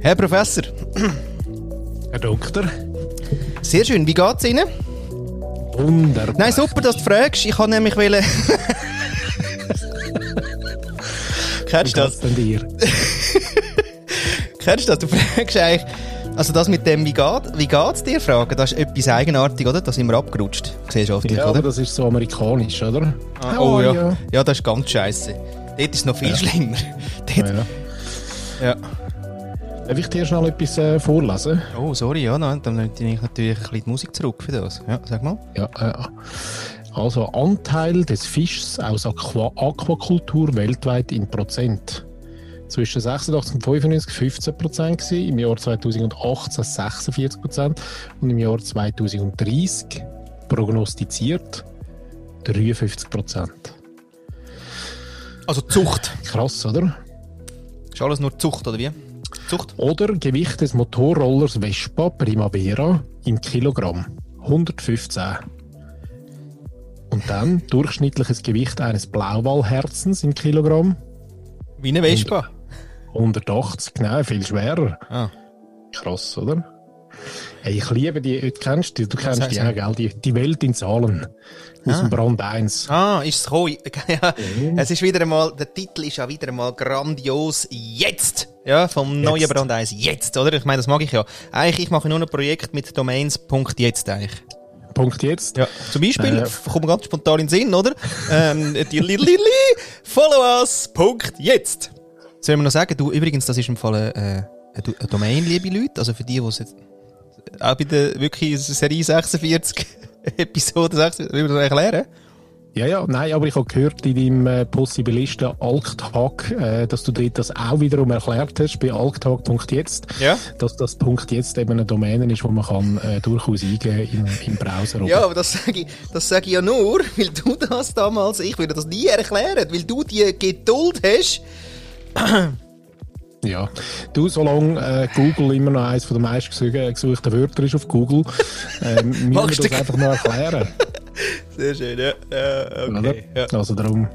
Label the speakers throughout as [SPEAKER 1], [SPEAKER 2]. [SPEAKER 1] Herr Professor,
[SPEAKER 2] Herr Doktor,
[SPEAKER 1] sehr schön. Wie geht's Ihnen?
[SPEAKER 2] wunderbar.
[SPEAKER 1] Nein, super, dass du fragst. Ich habe nämlich wollen.
[SPEAKER 2] Wie
[SPEAKER 1] Kennst du
[SPEAKER 2] geht's
[SPEAKER 1] das?
[SPEAKER 2] denn dir?
[SPEAKER 1] Kennst du das? Du fragst eigentlich. Also das mit dem, wie, geht, wie geht's dir, fragen, das ist etwas eigenartig, oder? Da sind wir abgerutscht. Siehst du oft,
[SPEAKER 2] Ja, aber
[SPEAKER 1] oder?
[SPEAKER 2] das ist so amerikanisch, oder?
[SPEAKER 1] Ah,
[SPEAKER 2] How
[SPEAKER 1] oh
[SPEAKER 2] are
[SPEAKER 1] ja.
[SPEAKER 2] you?
[SPEAKER 1] Ja, das ist ganz scheiße. Dort ist es noch viel schlimmer. Dort,
[SPEAKER 2] Ja.
[SPEAKER 1] ja.
[SPEAKER 2] Darf ich dir schnell etwas äh, vorlesen?
[SPEAKER 1] Oh, sorry, ja, nein, dann nehme ich natürlich ein bisschen die Musik zurück für das. Ja, sag mal.
[SPEAKER 2] Ja, ja. Also Anteil des Fischs aus Aqua Aquakultur weltweit in Prozent. Zwischen 86 und 95 15 Prozent gewesen, im Jahr 2018 46 Prozent und im Jahr 2030 prognostiziert 53 Prozent.
[SPEAKER 1] Also Zucht.
[SPEAKER 2] Krass, oder?
[SPEAKER 1] Ist alles nur Zucht, oder wie? Zucht?
[SPEAKER 2] Oder Gewicht des Motorrollers Vespa Primavera in Kilogramm. 115. Und dann durchschnittliches Gewicht eines Blauwallherzens in Kilogramm.
[SPEAKER 1] Wie eine Vespa.
[SPEAKER 2] 180, genau, viel schwerer.
[SPEAKER 1] Ah.
[SPEAKER 2] Krass, oder? Hey, ich liebe die, du kennst die, du kennst
[SPEAKER 1] sag,
[SPEAKER 2] die
[SPEAKER 1] sag.
[SPEAKER 2] auch, gell? Die, die Welt in Zahlen. Aus
[SPEAKER 1] Ah.
[SPEAKER 2] dem Brand 1.
[SPEAKER 1] Ah, ist es gekommen. ja. Es ist wieder einmal, der Titel ist ja wieder einmal grandios. Jetzt! Ja, vom neuen Brand 1. Jetzt, oder? Ich meine, das mag ich ja. Eigentlich, ich mache nur ein Projekt mit Domains. Punkt jetzt eigentlich.
[SPEAKER 2] Punkt jetzt.
[SPEAKER 1] Ja. Zum Beispiel,
[SPEAKER 2] Äh.
[SPEAKER 1] f- kommt ganz spontan in den Sinn, oder? ähm, die li, li, li, follow us. Punkt jetzt! Sollen wir noch sagen, du, übrigens, das ist im Fall äh, eine, Do- eine Domain, liebe Leute. Also für die, die es jetzt, äh, auch bei der wirklich Serie 46, Episode 46, will ich das erklären?
[SPEAKER 2] Ja, ja, nein, aber ich habe gehört in deinem äh, Possibilisten Alktag, äh, dass du dort das auch wiederum erklärt hast, bei alktag.jetzt,
[SPEAKER 1] Ja.
[SPEAKER 2] dass das Punkt jetzt eben eine Domäne ist, wo man kann äh, durchaus eingeben im, im Browser.
[SPEAKER 1] Ja, aber das sage ich, das sage ich ja nur, weil du das damals, ich würde das nie erklären, weil du die Geduld hast.
[SPEAKER 2] ja. Du, solange äh, Google immer noch eines der meistgesuchten Wörter ist auf Google, ähm, müssen wir
[SPEAKER 1] Magst
[SPEAKER 2] das
[SPEAKER 1] du-
[SPEAKER 2] einfach mal erklären.
[SPEAKER 1] Sehr schön, ja. Ja, okay.
[SPEAKER 2] oder?
[SPEAKER 1] Ja. Mhm.
[SPEAKER 2] Also darum.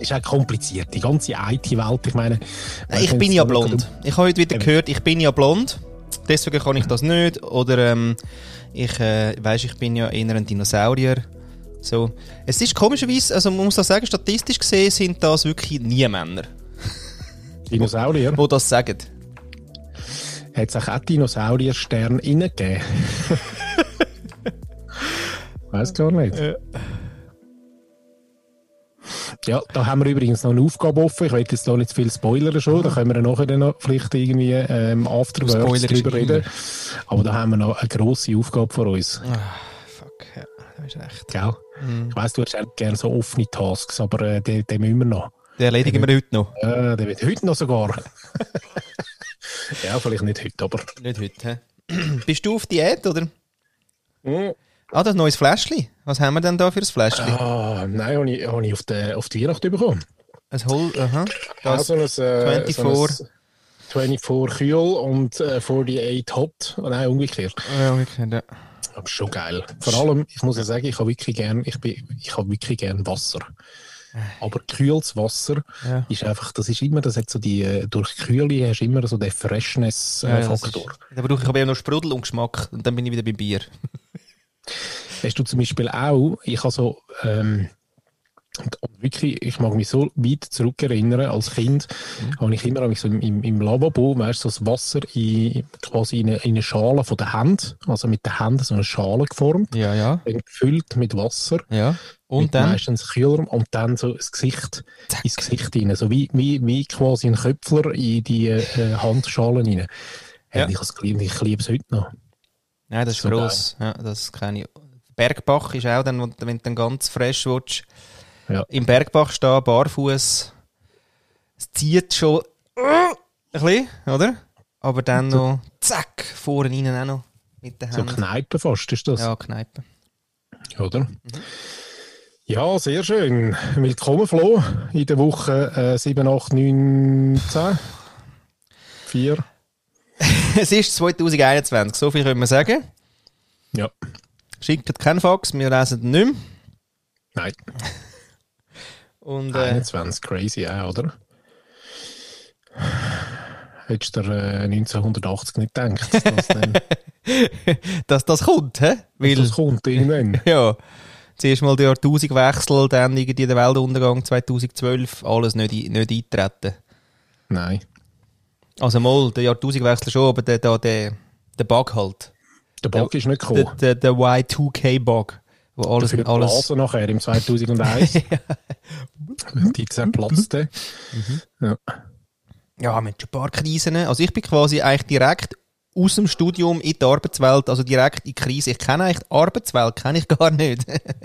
[SPEAKER 2] Ist auch kompliziert, die ganze IT-Welt. Ich meine,
[SPEAKER 1] Ich
[SPEAKER 2] weißt,
[SPEAKER 1] bin
[SPEAKER 2] wenn's
[SPEAKER 1] ja
[SPEAKER 2] da-
[SPEAKER 1] blond. Ich habe heute wieder gehört, ich bin ja blond. Deswegen kann ich das nicht. Oder ähm, ich äh, weiß, ich bin ja eher ein Dinosaurier. So. Es ist komischerweise, also man muss das sagen, statistisch gesehen sind das wirklich nie Männer,
[SPEAKER 2] Dinosaurier.
[SPEAKER 1] die das sagen.
[SPEAKER 2] hat es auch Dinosaurierstern reingegeben. Weiß gar nicht.
[SPEAKER 1] Ja.
[SPEAKER 2] Ja, da haben wir übrigens noch eine Aufgabe offen. Ich will jetzt hier nicht zu viel spoilern schon. Da können wir nachher dann noch vielleicht irgendwie ähm, Afterworks
[SPEAKER 1] Spoiler ist
[SPEAKER 2] drüber reden. Aber da haben wir noch eine grosse Aufgabe vor uns.
[SPEAKER 1] Fuck, ja, Mhm. das ist recht.
[SPEAKER 2] Gell? Ich weiss, du hättest auch gerne so offene Tasks, aber äh, den, den müssen wir noch.
[SPEAKER 1] Den erledigen wir heute noch.
[SPEAKER 2] Ja, der wird heute noch sogar. ja, vielleicht nicht heute, aber.
[SPEAKER 1] Nicht heute. hä? Bist du auf Diät, oder? Ah, das neues Fläschchen. Was haben wir denn da für ein Fläschchen?
[SPEAKER 2] Ah, nein, habe ich, hab ich auf, die, auf die Weihnacht bekommen.
[SPEAKER 1] Ein Hol... Aha. Das.
[SPEAKER 2] Also ein, äh,
[SPEAKER 1] 24.
[SPEAKER 2] So ein 24 kühl und äh, 48 hot. Oh, nein, umgekehrt.
[SPEAKER 1] Ja, okay, ja.
[SPEAKER 2] Aber schon geil. Vor allem, ich muss ja sagen, ich habe wirklich gern, ich bin, ich habe wirklich gern Wasser. Aber kühles Wasser
[SPEAKER 1] Ja.
[SPEAKER 2] ist einfach, das ist immer, das hat so die, äh, durch Kühle hast du immer so den äh,
[SPEAKER 1] Ja, ja, das
[SPEAKER 2] Freshness-Faktor.
[SPEAKER 1] ist- Da brauche ich aber ja noch Sprudel und Geschmack. Und dann bin ich wieder beim Bier.
[SPEAKER 2] Hast du zum Beispiel auch, ich habe so, ähm, und, und wirklich, ich mag mich so weit zurückerinnern, als Kind
[SPEAKER 1] Mhm.
[SPEAKER 2] habe ich immer eigentlich so im, im, im Lavabo, weißt du, so das Wasser in, quasi in eine, in eine Schale von der Hand, also mit der Hand so eine Schale geformt,
[SPEAKER 1] Ja, ja.
[SPEAKER 2] dann gefüllt mit Wasser,
[SPEAKER 1] Ja. Und
[SPEAKER 2] mit
[SPEAKER 1] dann?
[SPEAKER 2] meistens Kühler und dann so das Gesicht
[SPEAKER 1] Zack.
[SPEAKER 2] ins Gesicht rein, so wie, wie, wie quasi ein Köpfler in die äh, Handschalen rein. Hey,
[SPEAKER 1] Ja.
[SPEAKER 2] Ich, hab's geliebt, ich liebe es heute noch.
[SPEAKER 1] Nein, das ist
[SPEAKER 2] So
[SPEAKER 1] gross. Ja, das kenne ich. Bergbach ist auch dann, wenn du wenn du dann ganz fresh willst.
[SPEAKER 2] Ja.
[SPEAKER 1] Im Bergbach stehen, barfuß. Es zieht schon ein bisschen, oder? Aber dann noch zack, vorne rein auch noch mit den
[SPEAKER 2] So
[SPEAKER 1] Händen.
[SPEAKER 2] Kneipen fast ist das.
[SPEAKER 1] ja, Kneipen.
[SPEAKER 2] Oder? Ja, sehr schön. Willkommen, Flo, in der Woche äh, 7, 8, 9, 10. 4.
[SPEAKER 1] Es ist 2021, so viel können wir sagen.
[SPEAKER 2] Ja.
[SPEAKER 1] Schickt keinen Fax, wir lesen ihn nicht mehr.
[SPEAKER 2] Nein,
[SPEAKER 1] Und äh,
[SPEAKER 2] 21. Crazy auch, oder? Hättest du dir äh, 1980 nicht gedacht, dass dann,
[SPEAKER 1] dass das kommt, hä? Weil,
[SPEAKER 2] das kommt irgendwann.
[SPEAKER 1] ja, zuerst mal der Jahrtausendwechsel, dann irgendwie der Weltuntergang 2012, alles nicht, ein- nicht eintreten.
[SPEAKER 2] Nein.
[SPEAKER 1] Also mal, der Jahrtausendwechsel schon, aber der, der, der, der Bug halt.
[SPEAKER 2] Der Bug ist nicht
[SPEAKER 1] Der,
[SPEAKER 2] gekommen.
[SPEAKER 1] der, der Y2K-Bug, wo alles...
[SPEAKER 2] Für die
[SPEAKER 1] alles
[SPEAKER 2] Blase nachher im 2001. die zerplatzte. Ja.
[SPEAKER 1] ja, mit schon ein paar Krisen. Also ich bin quasi eigentlich direkt aus dem Studium in die Arbeitswelt, also direkt in die Krise. Ich kenne eigentlich die Arbeitswelt, kenne ich gar nicht.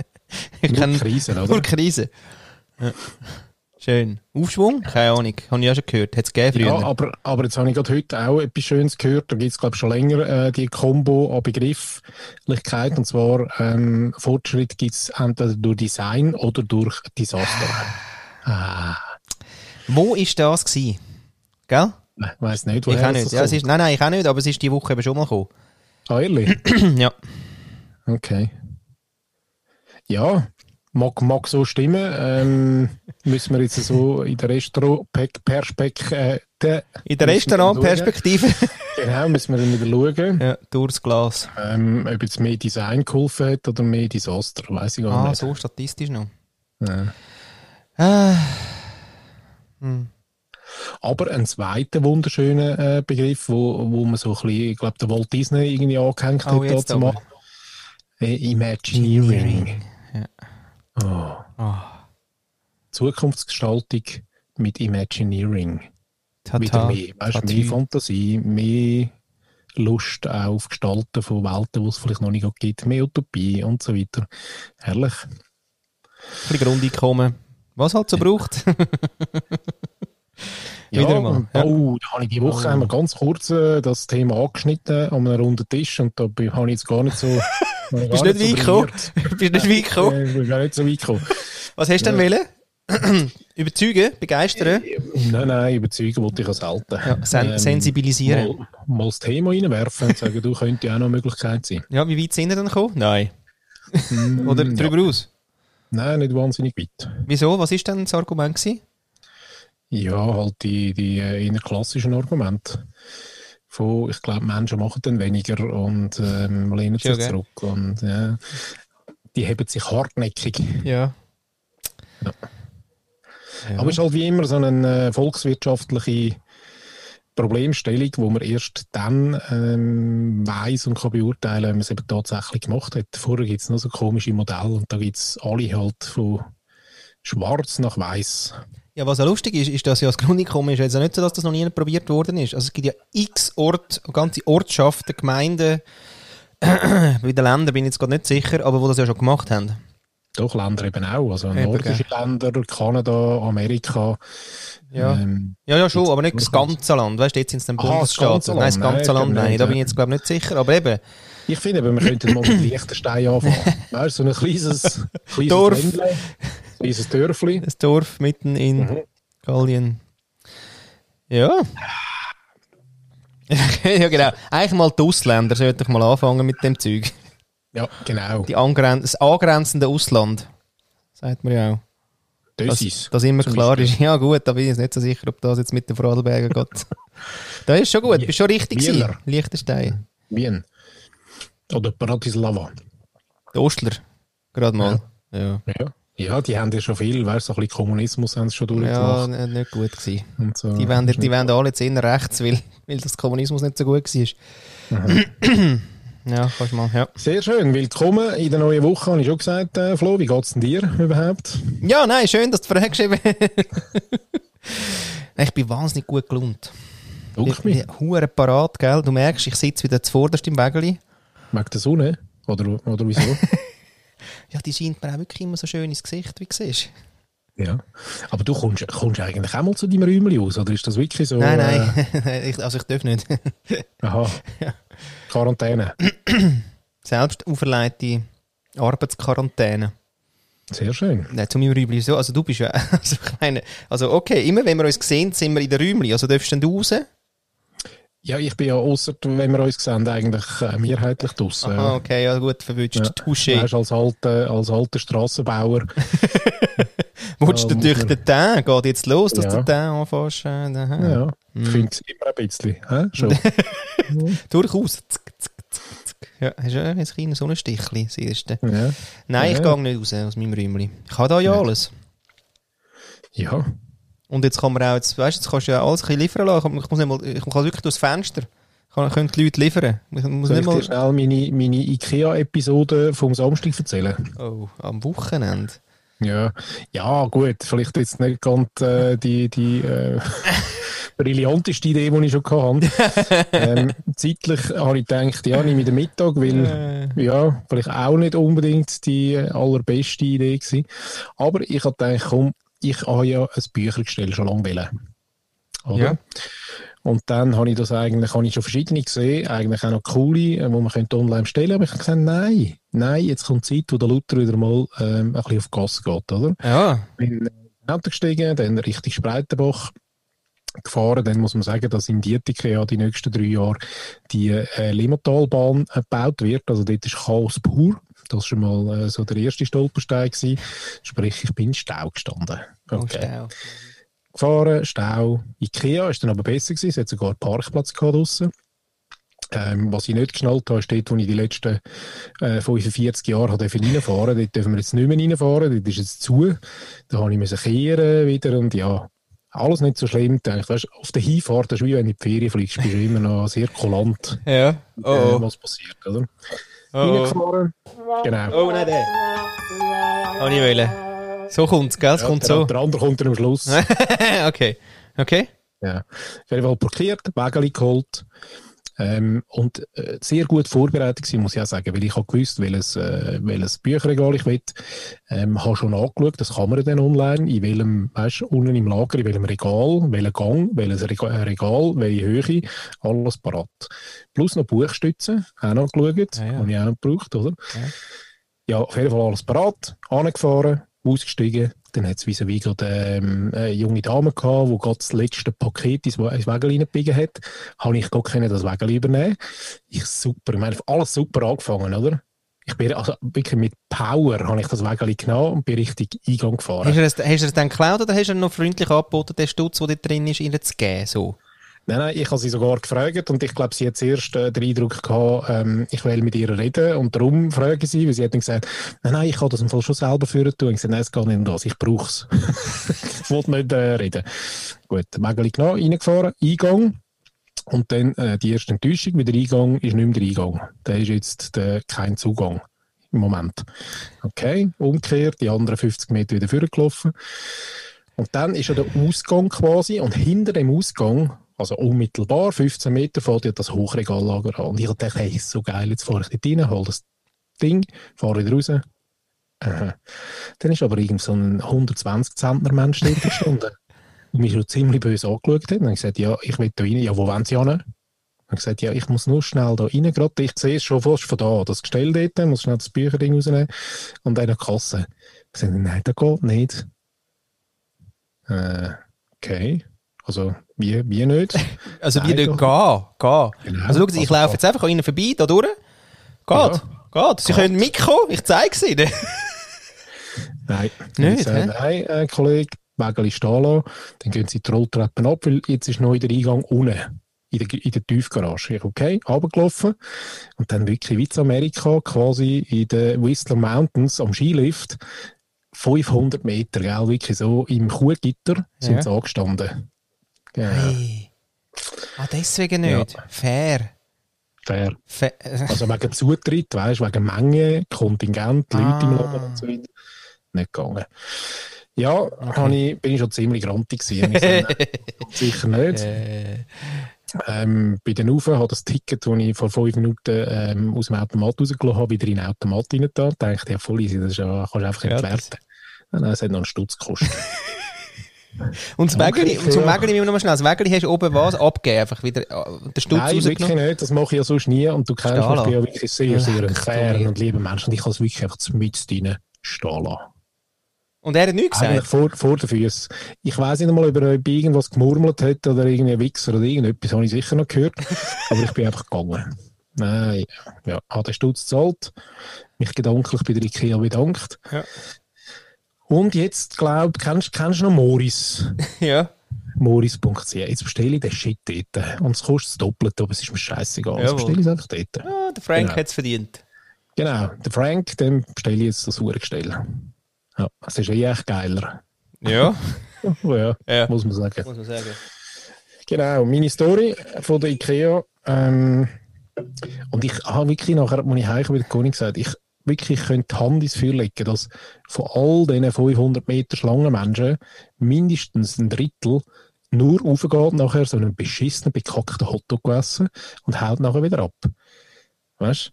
[SPEAKER 1] ich
[SPEAKER 2] Nur
[SPEAKER 1] kenne
[SPEAKER 2] Krisen, oder?
[SPEAKER 1] nur Krise. Ja. Schön. Aufschwung? Keine Ahnung. Habe ich ja schon gehört. Hat es gegeben früher.
[SPEAKER 2] Ja, aber, aber jetzt habe ich gerade heute auch etwas Schönes gehört. Da gibt es, glaube ich, schon länger äh, die Kombo an Begrifflichkeit. Und zwar, ähm, Fortschritt gibt es entweder durch Design oder durch Desaster. Ah,
[SPEAKER 1] Wo war das? Gewesen? Gell?
[SPEAKER 2] ich weiss nicht,
[SPEAKER 1] ich auch
[SPEAKER 2] woher
[SPEAKER 1] nicht.
[SPEAKER 2] das
[SPEAKER 1] Ja, es
[SPEAKER 2] kommt.
[SPEAKER 1] ist, nein, nein, ich auch nicht, aber es ist die Woche eben schon mal gekommen.
[SPEAKER 2] Ah, ehrlich?
[SPEAKER 1] ja.
[SPEAKER 2] Okay. Ja, mag, mag so stimmen. Ähm, müssen wir jetzt so in der Restaurant-Perspekt... Äh, de-
[SPEAKER 1] In der
[SPEAKER 2] müssen wir dann
[SPEAKER 1] Restaurantperspektive.
[SPEAKER 2] schauen. Genau, müssen wir dann wieder schauen.
[SPEAKER 1] ja, durchs Glas.
[SPEAKER 2] Ähm, ob jetzt mehr Design geholfen hat oder mehr Desaster, weiß ich gar
[SPEAKER 1] Ah,
[SPEAKER 2] nicht.
[SPEAKER 1] so statistisch noch.
[SPEAKER 2] Ja.
[SPEAKER 1] Ah,
[SPEAKER 2] Aber ein zweiter wunderschöner äh, Begriff, wo, wo man so ein bisschen, ich glaube, der Walt Disney irgendwie angehängt
[SPEAKER 1] Oh,
[SPEAKER 2] hat,
[SPEAKER 1] jetzt
[SPEAKER 2] dazu mal.
[SPEAKER 1] aber.
[SPEAKER 2] Äh, Imagineering. Oh.
[SPEAKER 1] Ah.
[SPEAKER 2] Zukunftsgestaltung mit Imagineering. Wieder
[SPEAKER 1] tata.
[SPEAKER 2] mehr. Weißt,
[SPEAKER 1] Tatü.
[SPEAKER 2] mehr Fantasie, mehr Lust auf Gestalten von Welten, die es vielleicht noch nicht gibt, mehr Utopie und so weiter. Herrlich.
[SPEAKER 1] Ein bisschen Grundeinkommen. Was halt so braucht.
[SPEAKER 2] Ja,
[SPEAKER 1] Wieder mal, ja.
[SPEAKER 2] Oh, da habe ich die Woche
[SPEAKER 1] Oh.
[SPEAKER 2] einmal ganz kurz äh, das Thema angeschnitten an einem runden Tisch und da bin- habe ich jetzt gar nicht so. habe ich
[SPEAKER 1] Bist
[SPEAKER 2] gar
[SPEAKER 1] nicht weit
[SPEAKER 2] so
[SPEAKER 1] gekommen? Bist nicht weit gekommen?
[SPEAKER 2] brilliert. Äh, bin gar nicht so weit gekommen.
[SPEAKER 1] Was hast du denn wollen? Überzeugen?
[SPEAKER 2] Ähm,
[SPEAKER 1] Begeistern?
[SPEAKER 2] nein, nein, überzeugen wollte ich ja selten.
[SPEAKER 1] Ja, sen
[SPEAKER 2] Ähm,
[SPEAKER 1] sensibilisieren.
[SPEAKER 2] Mal, mal das Thema reinwerfen und sagen, du könntest ja auch noch eine Möglichkeit sein.
[SPEAKER 1] Ja, wie weit sind wir denn gekommen? Nein. Oder
[SPEAKER 2] ja.
[SPEAKER 1] drüber aus?
[SPEAKER 2] Nein, nicht wahnsinnig weit.
[SPEAKER 1] Wieso? Was ist denn das Argument gewesen?
[SPEAKER 2] Ja, halt die, die äh, eher klassischen Argumente. Von, ich glaube, Menschen machen dann weniger und ähm, lehnen
[SPEAKER 1] Ist ja
[SPEAKER 2] sich
[SPEAKER 1] okay.
[SPEAKER 2] zurück. Und, ja, die heben sich hartnäckig.
[SPEAKER 1] Ja.
[SPEAKER 2] Ja.
[SPEAKER 1] Ja.
[SPEAKER 2] Aber es ist halt wie immer so eine äh, volkswirtschaftliche Problemstellung, wo man erst dann ähm, weiß und kann beurteilen, wenn man es eben tatsächlich gemacht hat. Vorher gibt es noch so komische Modelle und da gibt es alle halt von schwarz nach weiß.
[SPEAKER 1] Ja, was ja lustig ist, ist, dass ja das Grundeinkommen ist jetzt auch nicht so, dass das noch nie probiert worden ist. Also es gibt ja x Orte, ganze Ortschaften, Gemeinden, bei den Ländern bin ich jetzt gerade nicht sicher, aber wo das ja schon gemacht haben.
[SPEAKER 2] Doch, Länder eben auch. Also
[SPEAKER 1] Eben,
[SPEAKER 2] nordische Länder, Kanada, Amerika.
[SPEAKER 1] Ja.
[SPEAKER 2] Ähm,
[SPEAKER 1] Ja, ja, schon, aber nicht
[SPEAKER 2] Jetzt-
[SPEAKER 1] das ganze Land. Weißt du, jetzt sind es dann
[SPEAKER 2] Aha, das ganze
[SPEAKER 1] Bundesstaaten. Nein, das
[SPEAKER 2] Land.
[SPEAKER 1] ganze
[SPEAKER 2] Nein,
[SPEAKER 1] Land, nein.
[SPEAKER 2] nicht,
[SPEAKER 1] Da bin ich
[SPEAKER 2] ja.
[SPEAKER 1] jetzt, glaube ich, nicht sicher. Aber eben,
[SPEAKER 2] ich finde, eben, wir könnten mal mit Liechtenstein anfangen. Weißt du, so ein kleines, kleines
[SPEAKER 1] Dorf.
[SPEAKER 2] Ländle, kleines Dörfli.
[SPEAKER 1] das Dorf mitten in
[SPEAKER 2] Mhm.
[SPEAKER 1] Gallien. Ja. ja, genau. Eigentlich mal die Ausländer sollte ich mal anfangen mit dem Zeug.
[SPEAKER 2] Ja, genau.
[SPEAKER 1] Die angren das angrenzende Ausland. Sagt man ja auch.
[SPEAKER 2] Das
[SPEAKER 1] Dass,
[SPEAKER 2] ist.
[SPEAKER 1] dass immer klar ist, ja gut, da bin ich jetzt nicht so sicher, ob das jetzt mit den Vorarlberger geht. da ist schon gut, bist schon richtig
[SPEAKER 2] Wieler.
[SPEAKER 1] gewesen. Liechtenstein.
[SPEAKER 2] Wien. Oder Bratislava.
[SPEAKER 1] Der Ostler, gerade mal. Ja,
[SPEAKER 2] Ja. ja, die haben ja schon viel, weißt du, so ein bisschen Kommunismus haben sie schon
[SPEAKER 1] ja.
[SPEAKER 2] durchgemacht.
[SPEAKER 1] n- nicht gut gewesen.
[SPEAKER 2] und so.
[SPEAKER 1] Die wollen, die wollen alle jetzt innen rechts, weil, weil das Kommunismus nicht so gut war. Mhm. ja, kannst mal, ja.
[SPEAKER 2] Sehr schön, willkommen in der neuen Woche, habe ich schon gesagt, äh, Flo. Wie geht es denn dir überhaupt?
[SPEAKER 1] Ja, nein, schön, dass du fragst. eben. ich bin wahnsinnig gut gelohnt.
[SPEAKER 2] Duckt mich.
[SPEAKER 1] Ich bin hure parat, gell? Du merkst, ich sitze wieder zuvorderst im Wägeli.
[SPEAKER 2] Wegen der Sonne? Oder, oder wieso?
[SPEAKER 1] Ja, die scheint mir auch wirklich immer so schön ins Gesicht, wie du siehst.
[SPEAKER 2] ja. Aber du kommst, kommst eigentlich auch mal zu deinem Räumchen aus, oder ist das wirklich so?
[SPEAKER 1] Nein,
[SPEAKER 2] Äh,
[SPEAKER 1] nein, ich, also ich darf nicht.
[SPEAKER 2] aha. Quarantäne.
[SPEAKER 1] Selbst auferlegte Arbeitsquarantäne.
[SPEAKER 2] Sehr schön.
[SPEAKER 1] Nein, zu meinem Räumchen so. Also du bist ja... Also ich meine, also okay, immer wenn wir uns sehen, sind wir in der Räumchen. Also darfst denn du raus?
[SPEAKER 2] Ja, ich bin ja außer, wenn wir uns sehen, eigentlich äh, mehrheitlich draußen.
[SPEAKER 1] Ah, okay, ja gut, verwünscht.
[SPEAKER 2] Ja.
[SPEAKER 1] Touché.
[SPEAKER 2] Weißt, als alter, als alter Strassenbauer.
[SPEAKER 1] Wutsch
[SPEAKER 2] Ja, muss
[SPEAKER 1] natürlich
[SPEAKER 2] man-
[SPEAKER 1] den Tag, geht jetzt los, dus dass
[SPEAKER 2] Ja.
[SPEAKER 1] du den Tag anfängst. äh, aha.
[SPEAKER 2] Ja,
[SPEAKER 1] Mhm.
[SPEAKER 2] ich finde es immer ein bisschen. Hä? Schon.
[SPEAKER 1] Durchaus. Zick, zick, zick, zick. Ja, hast du ja ein kleines Sonnenstichli, das erste.
[SPEAKER 2] ja.
[SPEAKER 1] Nein, ich
[SPEAKER 2] Ja.
[SPEAKER 1] gehe nicht raus aus meinem Räumchen. Ich habe da ja
[SPEAKER 2] Ja.
[SPEAKER 1] alles. Also
[SPEAKER 2] ja,
[SPEAKER 1] Und jetzt kann man auch, jetzt, weißt, du, jetzt kannst du ja alles ein bisschen liefern lassen. Ich muss, nicht mal, ich kann wirklich durchs Fenster. Ich kann, können die Leute liefern. Ich muss
[SPEAKER 2] soll
[SPEAKER 1] nicht
[SPEAKER 2] ich dir
[SPEAKER 1] mal,
[SPEAKER 2] schnell meine, meine IKEA-Episode vom Samstag erzählen?
[SPEAKER 1] oh, am Wochenende.
[SPEAKER 2] Ja, ja gut, vielleicht jetzt nicht ganz äh, die, die äh, brillanteste Idee, die ich schon hatte. ähm, zeitlich habe ich gedacht, ja, nehme ich den Mittag, weil
[SPEAKER 1] Äh,
[SPEAKER 2] ja, vielleicht auch nicht unbedingt die äh, allerbeste Idee gewesen. Aber ich habe gedacht, komm, ich habe ja ein Büchergestell schon lange wollen. Oder?
[SPEAKER 1] Ja.
[SPEAKER 2] Und dann habe ich das eigentlich, habe ich schon verschiedene gesehen, eigentlich auch noch coole, äh, wo man könnte online bestellen, aber ich habe gesagt, nein, nein, jetzt kommt die Zeit, wo der Luther wieder mal ähm, ein bisschen auf Gas geht, oder?
[SPEAKER 1] ja,
[SPEAKER 2] bin ins Auto gestiegen, dann Richtung Spreitenbach gefahren. Dann muss man sagen, dass in Dietike ja die nächsten drei Jahre die äh, Limmatalbahn äh, gebaut wird. Also dort ist Chaos pur. Das war schon mal äh, so der erste Stolperstein. Gewesen. Sprich, ich bin in Stau gestanden.
[SPEAKER 1] Oh,
[SPEAKER 2] Okay.
[SPEAKER 1] okay.
[SPEAKER 2] Gefahren, Stau. Ikea ist dann aber besser gewesen. Es hat sogar einen Parkplatz gehabt draussen. Ähm, was ich nicht geschnallt habe, ist dort, wo ich die letzten äh, 45 Jahre durfte reinfahren durfte. Dort dürfen wir jetzt nicht mehr reinfahren, dort ist jetzt zu. Da habe ich müssen kehren wieder und ja, alles nicht so schlimm. Ich Denke, weißt, auf der Hinfahrt, das ist wie wenn du in die Ferien fliegst, bist du immer noch sehr kulant,
[SPEAKER 1] Ja,
[SPEAKER 2] äh,
[SPEAKER 1] oh, oh.
[SPEAKER 2] was passiert. Oder?
[SPEAKER 1] oh, oh.
[SPEAKER 2] Reingefahren, genau.
[SPEAKER 1] oh nein, der. Oh, ich wollte. So kommt es, gell? Es
[SPEAKER 2] Ja,
[SPEAKER 1] kommt
[SPEAKER 2] der,
[SPEAKER 1] so.
[SPEAKER 2] der andere kommt dann am Schluss.
[SPEAKER 1] okay, okay.
[SPEAKER 2] Ja. Auf jeden Fall parkiert, Wägeli geholt ähm, und äh, sehr gut vorbereitet gewesen, muss ich auch sagen, weil ich habe gewusst, welches, äh, welches Bücherregal ich will. Ähm, habe schon angeschaut, das kann man dann online, in welchem, weißt, unten im Lager, in welchem Regal, welchen Gang, welches Rega- äh, Regal, welche Höhe, alles parat. Plus noch Buchstützen, auch noch geschaut,
[SPEAKER 1] Ja, ja.
[SPEAKER 2] habe ich auch noch gebraucht, oder?
[SPEAKER 1] Ja.
[SPEAKER 2] Ja. auf jeden Fall alles parat, angefahren, ausgestiegen, dann hat es wie so wie gerade ähm, eine junge Dame gehabt, die gerade das letzte Paket ins Wa- ins Wägel reingebiegen hat, habe ich gar können das Wägel übernehmen. Ich super, ich meine, alles super angefangen, oder? Ich bin also wirklich mit Power habe ich das Wägel genommen und bin richtig Eingang gefahren.
[SPEAKER 1] Hast du es- hast du es dann geklaut oder hast du ihn noch freundlich angeboten, den Stutz, der dort drin ist, ihnen zu geben? So?
[SPEAKER 2] Nein, nein, ich habe sie sogar gefragt und ich glaube, sie hat zuerst äh, den Eindruck gehabt, ähm, ich will mit ihr reden und darum frage ich sie, weil sie hat dann gesagt, nein, nein, ich kann das im Fall schon selber führen tun. Ich gesagt, nein, es geht nicht um das, ich brauche es. ich wollte nicht äh, reden. Gut, Mägeli genommen, reingefahren, Eingang und dann äh, die erste Enttäuschung, weil der Eingang ist nicht mehr der Eingang. Da ist jetzt der, kein Zugang im Moment. Okay, umgekehrt, die anderen 50 Meter wieder vorgelaufen. Und dann ist ja der Ausgang quasi und hinter dem Ausgang, also unmittelbar 15 Meter, fährt ja das Hochregallager an. Und ich dachte, hey, ist so geil, jetzt fahre ich dort rein, hole das Ding, fahre wieder raus. Aha. Dann ist aber irgend so ein 120 Zentner Mensch dort gestanden und mich schon ziemlich böse angeschaut hat. Und ich gesagt, ja, ich will da rein. Ja, wo wollen Sie hin? Und ich gesagt, ja, ich muss nur schnell da rein, gerade ich sehe es schon fast von da, das Gestell dort, muss schnell das Bücherding rausnehmen und eine Kasse. Ich gesagt, nein, das geht nicht. Äh, okay. Also, wie, wie nicht?
[SPEAKER 1] Also
[SPEAKER 2] Nein,
[SPEAKER 1] wieder gehen,
[SPEAKER 2] doch.
[SPEAKER 1] gehen.
[SPEAKER 2] Genau.
[SPEAKER 1] Also schau, ich
[SPEAKER 2] Also
[SPEAKER 1] laufe
[SPEAKER 2] geh.
[SPEAKER 1] jetzt einfach an ihnen vorbei, da durch. Geht, geht. Sie können mitkommen, ich zeige es ihnen.
[SPEAKER 2] Nein.
[SPEAKER 1] Nicht,
[SPEAKER 2] Ich sage,
[SPEAKER 1] hä?
[SPEAKER 2] nein, äh, Kollege, Wägeli stehen lassen. Dann gehen sie die Rolltreppen ab, weil jetzt ist noch der Eingang unten. In der, in der Tiefgarage. Ich, okay, runtergelaufen. Und dann wirklich wie zu Amerika, quasi in den Whistler Mountains am Skilift. 500 Meter, gell, wirklich so im Kuhgitter sind
[SPEAKER 1] Ja.
[SPEAKER 2] sie angestanden. Ja,
[SPEAKER 1] Hey. Ah, deswegen nicht. Fair.
[SPEAKER 2] fair.
[SPEAKER 1] Fair. äh,
[SPEAKER 2] Also wegen Zutritt, weißt, wegen Menge, Kontingent, Leute im
[SPEAKER 1] Ah.
[SPEAKER 2] Laden und so weiter. Nicht gegangen. Ja, habe ich, bin ich schon ziemlich grantig gewesen. Ich sage, nein, sicher nicht.
[SPEAKER 1] äh,
[SPEAKER 2] Ähm, bei den Ufen hat das Ticket, das ich vor fünf Minuten ähm, aus dem Automat rausgelassen habe, wieder in den Automat rein da. Da dachte ich, ja, voll easy, das ist ja, kannst du einfach Ah,
[SPEAKER 1] Ja,
[SPEAKER 2] entwerten. Nein, nein, es hat noch einen Stutz gekostet.
[SPEAKER 1] Und das Wägeli,
[SPEAKER 2] Danke,
[SPEAKER 1] und zum
[SPEAKER 2] ja.
[SPEAKER 1] Wägeli müssen wir noch mal schnell. Das Wägeli hast du oben was abgegeben, einfach wieder äh, den Stutz
[SPEAKER 2] Nein, wirklich
[SPEAKER 1] rausgenommen.
[SPEAKER 2] nicht. Das mache ich ja sonst nie. Und du kennst mich,
[SPEAKER 1] Stala.
[SPEAKER 2] ich bin ja wirklich sehr, sehr ein
[SPEAKER 1] Leck,
[SPEAKER 2] fairer
[SPEAKER 1] du
[SPEAKER 2] und lieber Mensch. Und ich kann es wirklich einfach mit deinen stehen lassen.
[SPEAKER 1] Und er hat nichts
[SPEAKER 2] Eigentlich
[SPEAKER 1] gesagt.
[SPEAKER 2] vor, vor den Füßen. Ich weiss nicht mal, ob er bei irgendwas gemurmelt hat oder irgendwie Wichser oder irgendetwas, habe ich sicher noch gehört. Aber ich bin einfach gegangen. Nein, ja, hat den Stutz gezahlt, mich gedanklich bei der IKEA bedankt.
[SPEAKER 1] Ja.
[SPEAKER 2] Und jetzt, glaube ich, kennst, kennst du noch Moris?
[SPEAKER 1] Ja.
[SPEAKER 2] Moris.ch. Jetzt bestelle ich den Shit dort. Und es kostet das Doppelte, aber es ist mir scheißegal. Jetzt
[SPEAKER 1] Jawohl.
[SPEAKER 2] bestelle ich es einfach dort.
[SPEAKER 1] Ah, der Frank
[SPEAKER 2] Genau.
[SPEAKER 1] hat es verdient.
[SPEAKER 2] Genau, der Frank, dem bestelle ich jetzt das Uhrgestell. Ja, es ist eh echt geiler.
[SPEAKER 1] Ja.
[SPEAKER 2] Oh ja,
[SPEAKER 1] Ja.
[SPEAKER 2] muss man sagen.
[SPEAKER 1] Muss man sagen.
[SPEAKER 2] Genau, meine Story von der IKEA. Ähm, und ich habe wirklich nachher, als ich heimgekommen bin, der Conny gesagt, ich wirklich ich könnte die Hand ins Feuer legen, dass von all diesen 500 Meter Schlangenmenschen mindestens ein Drittel nur aufgeht, nachher so einen beschissenen, bekackten Hotdog gegessen und hält nachher wieder ab. Weißt du?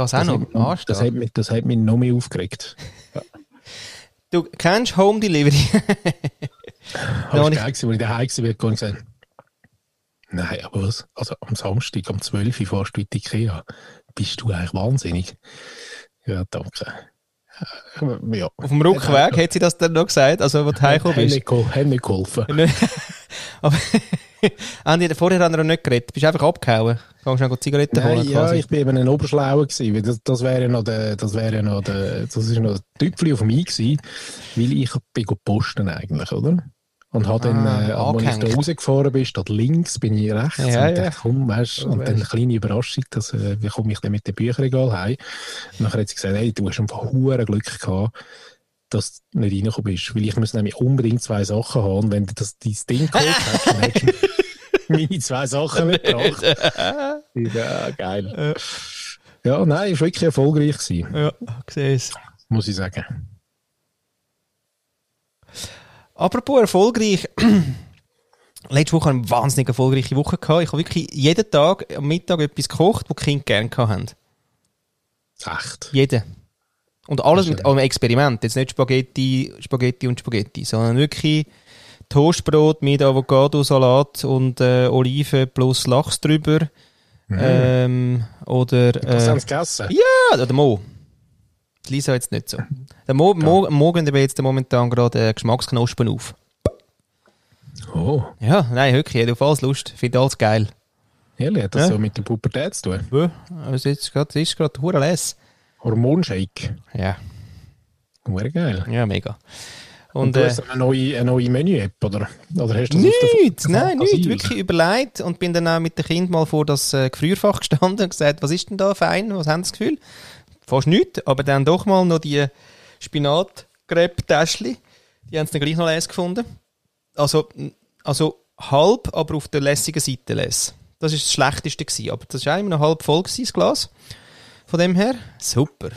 [SPEAKER 1] Das auch noch.
[SPEAKER 2] hat, mich- das, hat
[SPEAKER 1] Anstand.
[SPEAKER 2] mich, das hat mich noch mehr aufgeregt.
[SPEAKER 1] Du kennst Home Delivery.
[SPEAKER 2] Aber
[SPEAKER 1] und
[SPEAKER 2] ich
[SPEAKER 1] ich-
[SPEAKER 2] war geil, als ich daheim war, habe ich gesagt, nein, aber was? Also am Samstag, um 12 Uhr fährst du in die Ikea. Bist du eigentlich wahnsinnig? Ja, danke. Äh, Ja. Äh,
[SPEAKER 1] Auf dem Rückweg hat sie das dann noch gesagt, also wo du heimgekommen
[SPEAKER 2] Hat
[SPEAKER 1] bist.
[SPEAKER 2] nicht gehol- hat nicht geholfen.
[SPEAKER 1] Nicht- Aber Andi, vorher haben wir noch nicht geredet. Bist einfach abgehauen. Kannst du noch Zigaretten
[SPEAKER 2] Nein,
[SPEAKER 1] holen
[SPEAKER 2] ja,
[SPEAKER 1] quasi.
[SPEAKER 2] ich bin eben ein Oberschlauer gewesen, weil das, das wäre ja noch der, das wäre ja noch der, das ist noch ein Tüpfchen auf mich gewesen, weil ich bin go posten eigentlich, oder? Und habe dann,
[SPEAKER 1] Ah,
[SPEAKER 2] äh, als ich da
[SPEAKER 1] angehängt.
[SPEAKER 2] rausgefahren bin, statt links bin ich rechts
[SPEAKER 1] Ja,
[SPEAKER 2] und
[SPEAKER 1] ja.
[SPEAKER 2] dachte, komm, weißt, und dann eine kleine Überraschung, dass, äh, wie komme ich denn mit dem Bücherregal heim? Und nachher hat sie gesagt, hey, du hast einfach hure Glück gehabt, dass du nicht reingekommen bist, weil ich muss nämlich unbedingt zwei Sachen haben, und wenn du das, dein Ding geholt hast, dann hättest du meine zwei Sachen mitgebracht. Ja, geil. Ja, nein, ist wirklich erfolgreich gewesen,
[SPEAKER 1] Ja, ich sehe es.
[SPEAKER 2] muss ich sagen.
[SPEAKER 1] Apropos erfolgreich. Letzte Woche hatte ich eine wahnsinnig erfolgreiche Woche. Gehabt. Ich habe wirklich jeden Tag am Mittag etwas gekocht, was die Kinder gerne hatten.
[SPEAKER 2] Echt.
[SPEAKER 1] Jeden. Und alles
[SPEAKER 2] Schön.
[SPEAKER 1] mit einem Experiment. Jetzt nicht Spaghetti, Spaghetti und Spaghetti, sondern wirklich Toastbrot mit Avocado, Salat und äh, Oliven plus Lachs drüber.
[SPEAKER 2] Mhm.
[SPEAKER 1] Ähm, oder.
[SPEAKER 2] Was
[SPEAKER 1] äh,
[SPEAKER 2] haben sie gegessen?
[SPEAKER 1] Ah, der Mo. Die Lisa jetzt nicht so. Der Mo, Mo, Mo gehen aber jetzt momentan gerade äh, Geschmacksknospen auf.
[SPEAKER 2] Oh,
[SPEAKER 1] Ja, nein, wirklich, hat auf alles Lust. Finde alles geil.
[SPEAKER 2] ehrlich, hat das
[SPEAKER 1] Ja.
[SPEAKER 2] so mit der Pubertät zu tun?
[SPEAKER 1] Also jetzt grad, ist gerade hure les.
[SPEAKER 2] Hormonshake.
[SPEAKER 1] Ja,
[SPEAKER 2] Hure geil.
[SPEAKER 1] ja, mega.
[SPEAKER 2] Und
[SPEAKER 1] Und,
[SPEAKER 2] du
[SPEAKER 1] äh,
[SPEAKER 2] hast dann eine neue, eine neue Menü-App, oder? Oder hast du Also das auf der
[SPEAKER 1] nichts, nein,
[SPEAKER 2] Fantasie?
[SPEAKER 1] nichts. Wirklich überlegt und bin dann auch mit dem Kind mal vor das äh, Gefrierfach gestanden und gesagt, was ist denn da fein, was haben Sie das Gefühl? Fast nichts, aber dann doch mal noch die Spinatgräb-Täschchen. Die haben es dann gleich noch les gefunden. Also, also halb, aber auf der lässigen Seite les. Das ist das Schlechteste gewesen, aber das war auch immer noch halb voll gewesen, das Glas. Von dem her, super.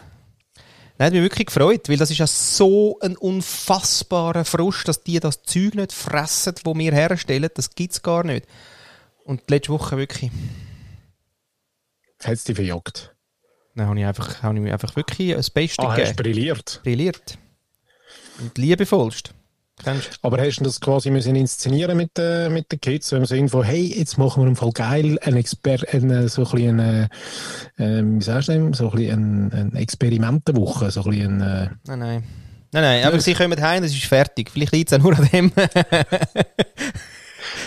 [SPEAKER 1] Nein, hat mich wirklich gefreut, weil das ist ja so ein unfassbarer Frust, dass die das Zeug nicht fressen, wo wir herstellen. Das gibt es gar nicht. Und letzte Woche wirklich,
[SPEAKER 2] Hat es dich verjagt?
[SPEAKER 1] dann habe ich, einfach, habe ich mir einfach wirklich das Beste
[SPEAKER 2] Ah, hast du
[SPEAKER 1] gegeben.
[SPEAKER 2] brilliert.
[SPEAKER 1] Brilliert. Und liebevollst. Kennst du?
[SPEAKER 2] Aber hast du das dus quasi müssen inszenieren mit, äh, mit den Kids? So Im Sinne von, hey, jetzt machen wir im Fall geil ein, Exper ein, äh, so ein, bisschen, äh, ähm, wie sagst du dem? So ein, bisschen ein, ein Experimentenwoche. So ein, bisschen, äh,
[SPEAKER 1] Nein, nein. Nein, nein, aber sie kommen heim, das ist fertig. Vielleicht liegt es auch nur an dem.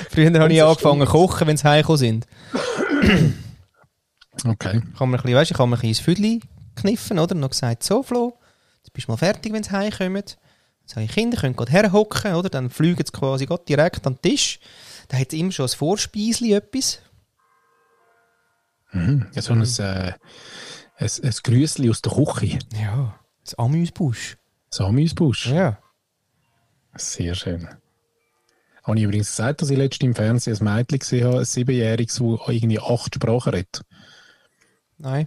[SPEAKER 1] Früher habe ich
[SPEAKER 2] Das
[SPEAKER 1] angefangen zu kochen, wenn sie heimgekommen sind.
[SPEAKER 2] okay.
[SPEAKER 1] kann man ein bisschen, weißt, ich kann mir ein bisschen ins Füdli kniffen, oder? Und noch gesagt, so Flo, jetzt bist du mal fertig, wenn sie heimkommen. Dann sage ich, Kinder können gerade herhocken, oder? Dann fliegen sie quasi gerade direkt an den Tisch. Da hat es immer schon als Vorspeisli etwas.
[SPEAKER 2] Mhm. So ein, äh, ein, ein Grüßli aus der Küche.
[SPEAKER 1] Ja. Das Amüsbusch.
[SPEAKER 2] So Amüsbusch.
[SPEAKER 1] Ja.
[SPEAKER 2] Sehr schön. Habe ich übrigens gesagt, dass ich letztens im Fernsehen ein Mädchen gesehen habe, ein Siebenjähriges, das irgendwie acht Sprachen redet.
[SPEAKER 1] Nein.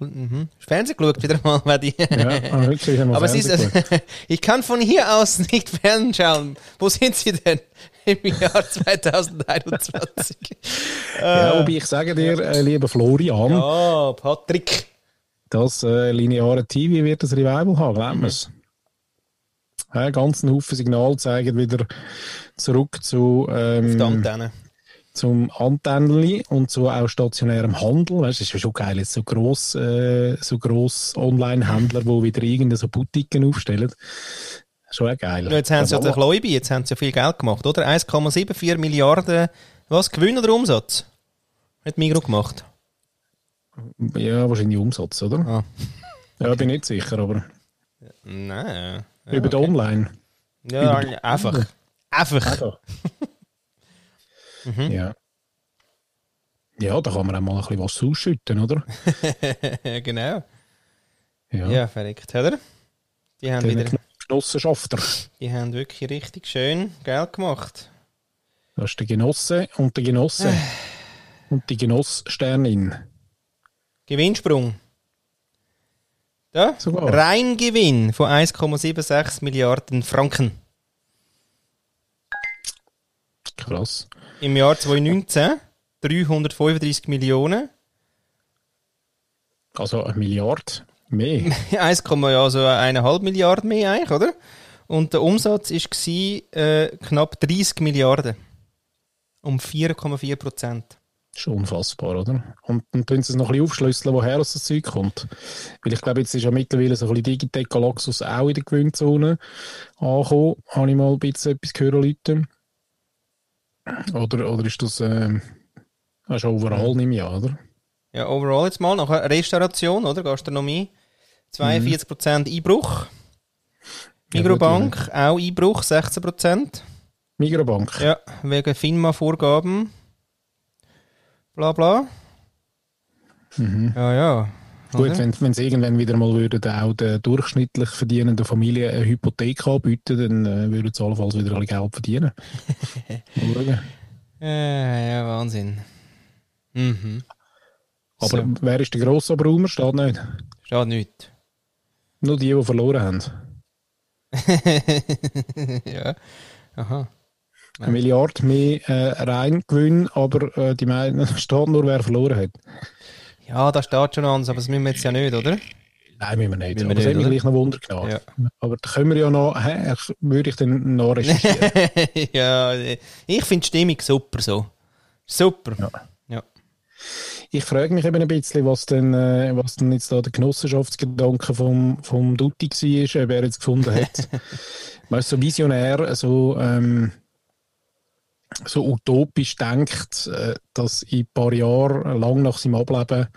[SPEAKER 1] Mhm. Hast du Fernsehen geschaut wieder mal, Medi?
[SPEAKER 2] Ja, habe ich wirklich einmal
[SPEAKER 1] Aber es ist, äh,
[SPEAKER 2] Fernsehen geschaut.
[SPEAKER 1] ich kann von hier aus nicht fernschauen. Wo sind Sie denn im Jahr 2021?
[SPEAKER 2] Ja, wobei ich sage dir, äh, lieber Florian,
[SPEAKER 1] Ja, Ah, Patrick. Mhm.
[SPEAKER 2] das äh, lineare TV wird ein Revival haben, glaubt man Einen ganzen Haufen Signal zeigen wieder zurück zu,
[SPEAKER 1] Auf
[SPEAKER 2] ähm,
[SPEAKER 1] der Antenne.
[SPEAKER 2] zum Antennenli und zu auch stationärem Handel. Weißt, das ist ja schon geil, jetzt so gross, äh, so gross Online-Händler, die wieder irgendeine so Boutiquen aufstellen. Schon auch geil.
[SPEAKER 1] Ja, jetzt haben sie ja
[SPEAKER 2] Aber-
[SPEAKER 1] den Gläubi, jetzt haben sie ja viel Geld gemacht, oder? 1,74 Milliarden, was, Gewinn oder Umsatz? Hat Migro gemacht.
[SPEAKER 2] ja, wahrscheinlich Umsatz, oder?
[SPEAKER 1] Ah.
[SPEAKER 2] Ja, bin nicht sicher, aber
[SPEAKER 1] Nein.
[SPEAKER 2] über die Online.
[SPEAKER 1] Ja, einfach. Einfach.
[SPEAKER 2] Also.
[SPEAKER 1] Mhm.
[SPEAKER 2] Ja. Ja, da kann man auch mal ein bisschen was ausschütten, oder?
[SPEAKER 1] genau.
[SPEAKER 2] Ja.
[SPEAKER 1] Ja, verrückt, oder? Die haben,
[SPEAKER 2] Den
[SPEAKER 1] wieder,
[SPEAKER 2] Genossenschafter.
[SPEAKER 1] die haben wirklich richtig schön Geld gemacht.
[SPEAKER 2] Das ist der Genosse und der Genosse.
[SPEAKER 1] Äh.
[SPEAKER 2] und die Genosssternin.
[SPEAKER 1] Gewinnsprung. Da?
[SPEAKER 2] Sogar.
[SPEAKER 1] Reingewinn von 1,76 Milliarden Franken
[SPEAKER 2] Krass.
[SPEAKER 1] im Jahr 2019. 335 Millionen.
[SPEAKER 2] Also eine Milliarde mehr.
[SPEAKER 1] 1, ja, so eineinhalb Milliarden mehr eigentlich, oder? Und der Umsatz war äh, knapp 30 Milliarden. Um 4,4 Prozent.
[SPEAKER 2] Schon unfassbar, oder? Und dann tun sie es noch ein bisschen aufschlüsseln, woher das Zeug kommt. Weil ich glaube, jetzt ist ja mittlerweile so ein bisschen Digitec Galaxus auch in der Gewinnzone angekommen. Habe ich mal ein bisschen etwas gehört, Leute. Oder, oder ist das ähm, das ist overall nicht mehr, oder?
[SPEAKER 1] Ja, overall jetzt mal. Nachher Restauration, oder? Gastronomie. 42 Prozent Einbruch.
[SPEAKER 2] Ja,
[SPEAKER 1] Migrobank, auch Einbruch, 16 Prozent.
[SPEAKER 2] Migrobank.
[SPEAKER 1] Ja, wegen FINMA-Vorgaben. Bla bla. Ja, ja.
[SPEAKER 2] Mhm. Gut,
[SPEAKER 1] Oder?
[SPEAKER 2] wenn, wenn sie irgendwann wieder mal würden, auch den durchschnittlich verdienenden Familien eine Hypothek anbieten, dann äh, würden sie allenfalls wieder alle Geld verdienen. Mal schauen.
[SPEAKER 1] Äh, ja, Wahnsinn. Mhm.
[SPEAKER 2] Aber
[SPEAKER 1] So.
[SPEAKER 2] wer ist der grosse Abraumer? Steht nicht.
[SPEAKER 1] Steht nichts.
[SPEAKER 2] Nur die, die verloren haben.
[SPEAKER 1] ja. Aha.
[SPEAKER 2] Eine Milliarde mehr äh, Reingewinn, aber äh, die meinen, steht nur, wer verloren hat.
[SPEAKER 1] Ja, das steht schon anders, aber das müssen wir jetzt ja nicht, oder?
[SPEAKER 2] Nein, müssen wir nicht.
[SPEAKER 1] Müssen wir
[SPEAKER 2] aber das
[SPEAKER 1] nicht,
[SPEAKER 2] hat mich
[SPEAKER 1] oder?
[SPEAKER 2] gleich noch Wunder genommen.
[SPEAKER 1] Ja.
[SPEAKER 2] Aber da können wir ja noch, hä, ich- würde ich dann noch recherchieren.
[SPEAKER 1] ja, äh, ich finde die Stimmung super so. Super.
[SPEAKER 2] Ja.
[SPEAKER 1] Ja.
[SPEAKER 2] ich frage mich eben ein bisschen, was denn, äh, was denn jetzt da der Genossenschaftsgedanke vom, vom Dutti war, ob er jetzt gefunden hat. weißt du, so visionär, so, ähm, so utopisch denkt, äh, dass in ein paar Jahren, lang nach seinem Ableben,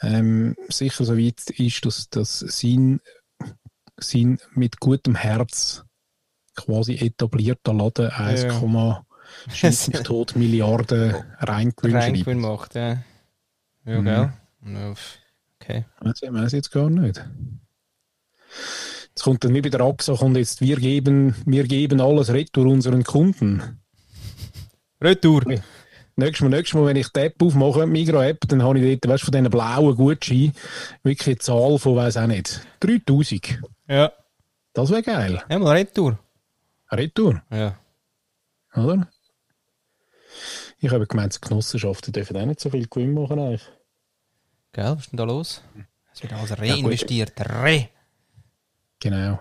[SPEAKER 2] ähm, sicher so weit ist, dass, dass sein, sein mit gutem Herz quasi etablierter Laden 1, schieß mich tot Milliarden Reingewinn schreibt.
[SPEAKER 1] Reingewinn macht, ja. Ja,
[SPEAKER 2] Mhm.
[SPEAKER 1] gell? Ja, pf. Okay.
[SPEAKER 2] Das sehen wir es jetzt gar nicht. Jetzt kommt dann wie bei der AXA, kommt jetzt, wir geben, wir geben alles retour unseren Kunden.
[SPEAKER 1] Retour.
[SPEAKER 2] Nächstes Mal, nächstes Mal wenn ich die App aufmache, die Migros-App, dann habe ich dort, weißt, von diesen blauen Gutscheinen wirklich eine Zahl von, weiß auch nicht, 3000.
[SPEAKER 1] Ja.
[SPEAKER 2] Das wäre geil.
[SPEAKER 1] Einmal Retour.
[SPEAKER 2] Retour,
[SPEAKER 1] Ja.
[SPEAKER 2] oder? Ich habe gemeint, die Genossenschaften dürfen auch nicht so viel Gewinn machen. Eigentlich.
[SPEAKER 1] Gell, was ist denn da los? Es wird alles
[SPEAKER 2] gut.
[SPEAKER 1] reinvestiert. Re.
[SPEAKER 2] Genau.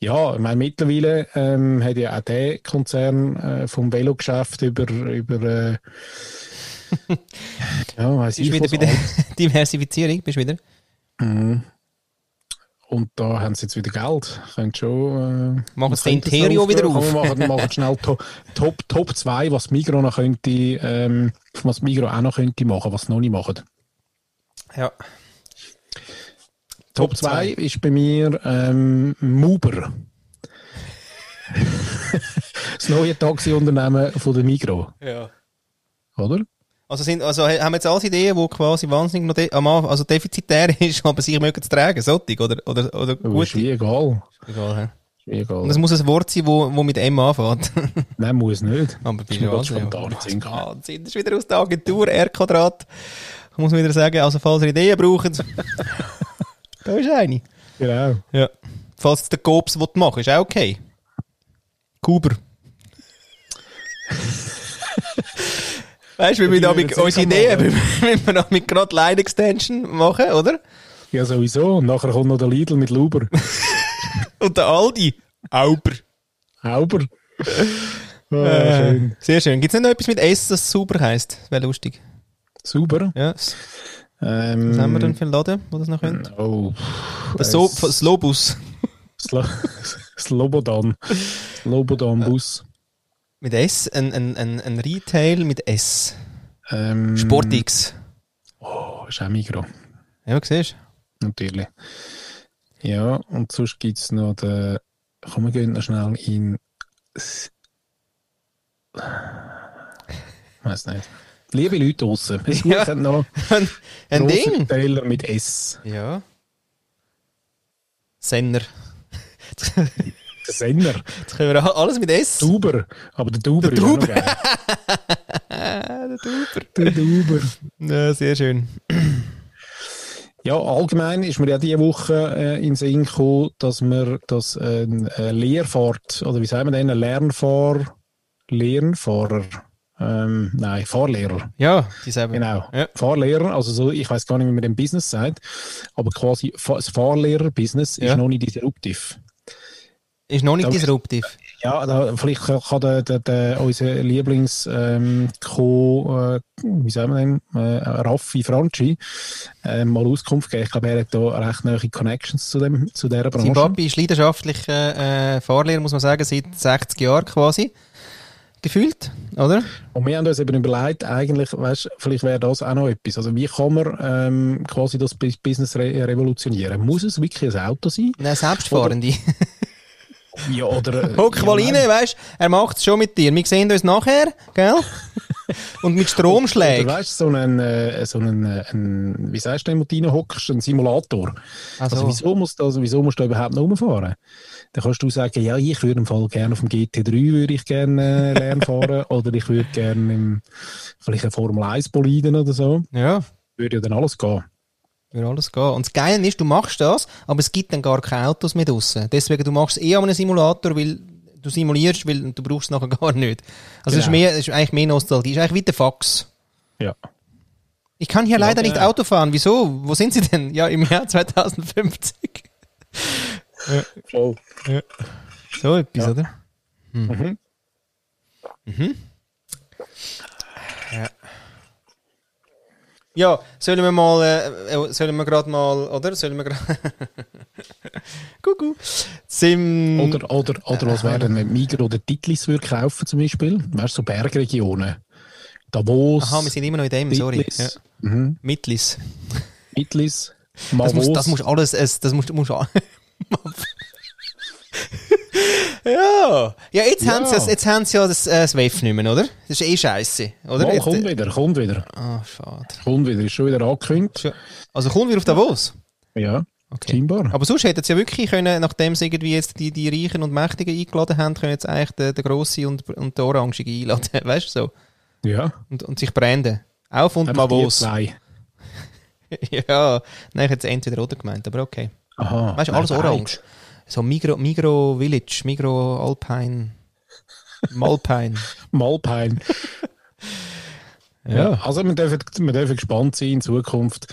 [SPEAKER 2] Ja, ich meine, mittlerweile ähm, hat ja auch der Konzern äh, vom Velogeschäft über, über äh, ja, weiss
[SPEAKER 1] Bist
[SPEAKER 2] ich
[SPEAKER 1] wieder
[SPEAKER 2] was
[SPEAKER 1] bei der
[SPEAKER 2] alles.
[SPEAKER 1] Diversifizierung? Bist wieder?
[SPEAKER 2] Mhm. Und da haben sie jetzt wieder Geld. Könnt schon, äh,
[SPEAKER 1] Machen
[SPEAKER 2] was
[SPEAKER 1] sie den
[SPEAKER 2] könnte es noch
[SPEAKER 1] Interio wieder
[SPEAKER 2] aufhören?
[SPEAKER 1] auf.
[SPEAKER 2] Komm, wir machen, machen schnell to, Top, Top 2, was Migro noch könnte, ähm, was Migro auch noch könnte machen, was sie noch nicht machen.
[SPEAKER 1] Ja.
[SPEAKER 2] Top 2 ist bei mir ähm, Muber. das neue Taxiunternehmen von der Migro,
[SPEAKER 1] Ja.
[SPEAKER 2] oder?
[SPEAKER 1] Also, sind, also he- haben wir jetzt alles Ideen, die quasi wahnsinnig noch de am Anfang, also defizitär ist, aber sich mögen zu tragen, solche, oder, oder, oder
[SPEAKER 2] Gut. Ist
[SPEAKER 1] gut.
[SPEAKER 2] wie egal.
[SPEAKER 1] Egal, hä?
[SPEAKER 2] Ist wie
[SPEAKER 1] Und es
[SPEAKER 2] egal.
[SPEAKER 1] muss ein Wort sein, wo, wo mit M anfängt.
[SPEAKER 2] Nein, muss nicht.
[SPEAKER 1] aber bei
[SPEAKER 2] mir gerade
[SPEAKER 1] Wahnsinn,
[SPEAKER 2] spontan
[SPEAKER 1] ja.
[SPEAKER 2] in den Sinn gekommen.
[SPEAKER 1] Wahnsinn, das ist wieder aus der Agentur, R-Quadrat. Ich muss wieder sagen, also falls ihr Ideen braucht, da ist eine.
[SPEAKER 2] Genau.
[SPEAKER 1] Ja. Falls der Cops was machen, ist auch okay. Kuber. weißt du, wenn wir
[SPEAKER 2] Die
[SPEAKER 1] damit
[SPEAKER 2] würden
[SPEAKER 1] unsere
[SPEAKER 2] sicher
[SPEAKER 1] Ideen, wenn wir damit gerade Line Extension machen, oder?
[SPEAKER 2] Ja, sowieso. Und nachher kommt noch der Lidl mit Luber.
[SPEAKER 1] Und der Aldi, Auber.
[SPEAKER 2] Auber. Ah,
[SPEAKER 1] Äh,
[SPEAKER 2] schön.
[SPEAKER 1] sehr schön. Gibt es nicht noch etwas mit S, das sauber heisst? Wäre lustig.
[SPEAKER 2] Sauber.
[SPEAKER 1] Ja. Was
[SPEAKER 2] Ähm,
[SPEAKER 1] haben wir denn für einen Laden, wo das noch könnte?
[SPEAKER 2] Oh.
[SPEAKER 1] Das so
[SPEAKER 2] äh,
[SPEAKER 1] das Lobus.
[SPEAKER 2] Slo Slobodan. Slobodan Bus.
[SPEAKER 1] Mit S, ein, ein, ein, ein Retail mit S.
[SPEAKER 2] Ähm,
[SPEAKER 1] Sportix.
[SPEAKER 2] Oh, ist auch Migros.
[SPEAKER 1] Ja, siehst
[SPEAKER 2] Natürlich. Ja, und sonst gibt es noch den. Komm, wir gehen noch schnell in. S- Weiß nicht. Liebe Leute draußen, wir suchen
[SPEAKER 1] Ja.
[SPEAKER 2] noch
[SPEAKER 1] du. Ein, ein Ding.
[SPEAKER 2] Teller mit S.
[SPEAKER 1] Ja. Senner.
[SPEAKER 2] Der Senner,
[SPEAKER 1] Jetzt können wir a- alles mit S.
[SPEAKER 2] Duber. Aber der Duber
[SPEAKER 1] Der
[SPEAKER 2] ist auch noch
[SPEAKER 1] Duber.
[SPEAKER 2] geil.
[SPEAKER 1] Äh, der Tauber.
[SPEAKER 2] Der Duber.
[SPEAKER 1] Ja, sehr schön.
[SPEAKER 2] Ja, allgemein ist mir ja diese Woche äh, in den Sinn gekommen, dass wir das äh, eine Lehrfahrt, oder wie sagen wir denn, eine Lernfahr, Lernfahrer, ähm, nein, Fahrlehrer.
[SPEAKER 1] Ja, die selber.
[SPEAKER 2] Genau.
[SPEAKER 1] Ja.
[SPEAKER 2] Fahrlehrer, also so, ich weiß gar nicht, wie man dem Business sagt, aber quasi Fa- das Fahrlehrer-Business
[SPEAKER 1] Ja.
[SPEAKER 2] ist noch nicht disruptiv.
[SPEAKER 1] Ist noch nicht
[SPEAKER 2] Danke.
[SPEAKER 1] disruptiv.
[SPEAKER 2] Ja, da, vielleicht kann- kann der, der, der, unser Lieblings ähm, Co, äh, wie sagen wir denn, äh, Raffi Franchi äh, mal Auskunft geben. Ich glaube, er hat da recht nahe Connections zu, dem, zu dieser
[SPEAKER 1] Sein
[SPEAKER 2] Branche.
[SPEAKER 1] Papi ist leidenschaftlicher äh, Fahrlehrer, muss man sagen, seit 60 Jahren quasi. Gefühlt, oder?
[SPEAKER 2] Und wir haben uns eben überlegt, eigentlich, weißt, vielleicht wäre das auch noch etwas. Also wie kann man ähm, quasi das Bus- Business re revolutionieren? Muss es wirklich ein Auto sein?
[SPEAKER 1] Nein, selbstfahrende.
[SPEAKER 2] Ja, oder...
[SPEAKER 1] Hock mal rein, weißt er macht es schon mit dir. Wir sehen uns nachher, gell? Und mit
[SPEAKER 2] Oder
[SPEAKER 1] Stromschlägen.
[SPEAKER 2] weißt du, so einen, äh, so einen, äh, einen wie sagst du, den, wo du reinhockst, einen Simulator.
[SPEAKER 1] Also,
[SPEAKER 2] Also, wieso musst du, also wieso musst du überhaupt noch rumfahren? Dann kannst du sagen, ja, ich würde im Fall gerne auf dem GT3 würde ich gerne äh, lernen fahren oder ich würde gerne im, vielleicht einen Formel 1 Boliden oder so.
[SPEAKER 1] ja,
[SPEAKER 2] Würde ja dann alles gehen.
[SPEAKER 1] würde alles gehen. Und das Geile ist, du machst das, aber es gibt dann gar keine Autos mehr draussen. Deswegen, du machst es eh an einem Simulator, weil du simulierst, weil du brauchst es nachher gar nicht. Also es ist,
[SPEAKER 2] Genau.
[SPEAKER 1] mehr, es ist eigentlich mehr Nostalgie. Es ist eigentlich wie der Fax.
[SPEAKER 2] Ja.
[SPEAKER 1] Ich kann hier
[SPEAKER 2] Ja,
[SPEAKER 1] leider nicht
[SPEAKER 2] genau.
[SPEAKER 1] Auto fahren. Wieso? Wo sind Sie denn? Ja, im Jahr 2050.
[SPEAKER 2] Voll.
[SPEAKER 1] So etwas,
[SPEAKER 2] Ja.
[SPEAKER 1] oder?
[SPEAKER 2] Mhm.
[SPEAKER 1] Mhm. Ja, sollen wir mal, äh, äh, sollen wir gerade mal, oder? Sollen wir gerade. Gugu. Sim.
[SPEAKER 2] Oder, oder, oder was wäre denn, wenn Migros oder Titlis würde kaufen zum Beispiel? Weißt du, so Bergregionen. Davos,
[SPEAKER 1] Aha, wir sind immer noch in dem, sorry.
[SPEAKER 2] Titlis,
[SPEAKER 1] Ja.
[SPEAKER 2] mhm.
[SPEAKER 1] Mitlis.
[SPEAKER 2] Titlis,
[SPEAKER 1] Das muss,
[SPEAKER 2] Mavos.
[SPEAKER 1] das muss alles, es- das muss, muss a- Ja. Ja, jetzt
[SPEAKER 2] Ja.
[SPEAKER 1] haben sie, jetzt haben sie ja das, äh, das Wave nicht mehr, oder? Das ist eh scheiße, oder?
[SPEAKER 2] Mal,
[SPEAKER 1] Jetzt-
[SPEAKER 2] kommt wieder, kommt wieder.
[SPEAKER 1] Ah, schade.
[SPEAKER 2] Kommt wieder, ist schon wieder angekündigt.
[SPEAKER 1] Schon- Also kommen wir auf Davos.
[SPEAKER 2] Ja,
[SPEAKER 1] Okay.
[SPEAKER 2] scheinbar.
[SPEAKER 1] Aber sonst hätten sie ja wirklich können, nachdem sie irgendwie jetzt die, die Reichen und Mächtigen eingeladen haben, können jetzt eigentlich den, den Grossen und, und den Orangige einladen, weißt du so?
[SPEAKER 2] Ja.
[SPEAKER 1] Und, und sich branden. Auf und
[SPEAKER 2] Einfach die
[SPEAKER 1] Mavos.
[SPEAKER 2] zwei.
[SPEAKER 1] ja, nein, ich hätte es entweder oder gemeint, aber okay.
[SPEAKER 2] Aha.
[SPEAKER 1] Weißt du, alles
[SPEAKER 2] Nein,
[SPEAKER 1] orange. So Migro, Migro Village, Migro Alpine, Malpine.
[SPEAKER 2] Malpein. ja, also wir dürfen, wir dürfen gespannt sein in Zukunft,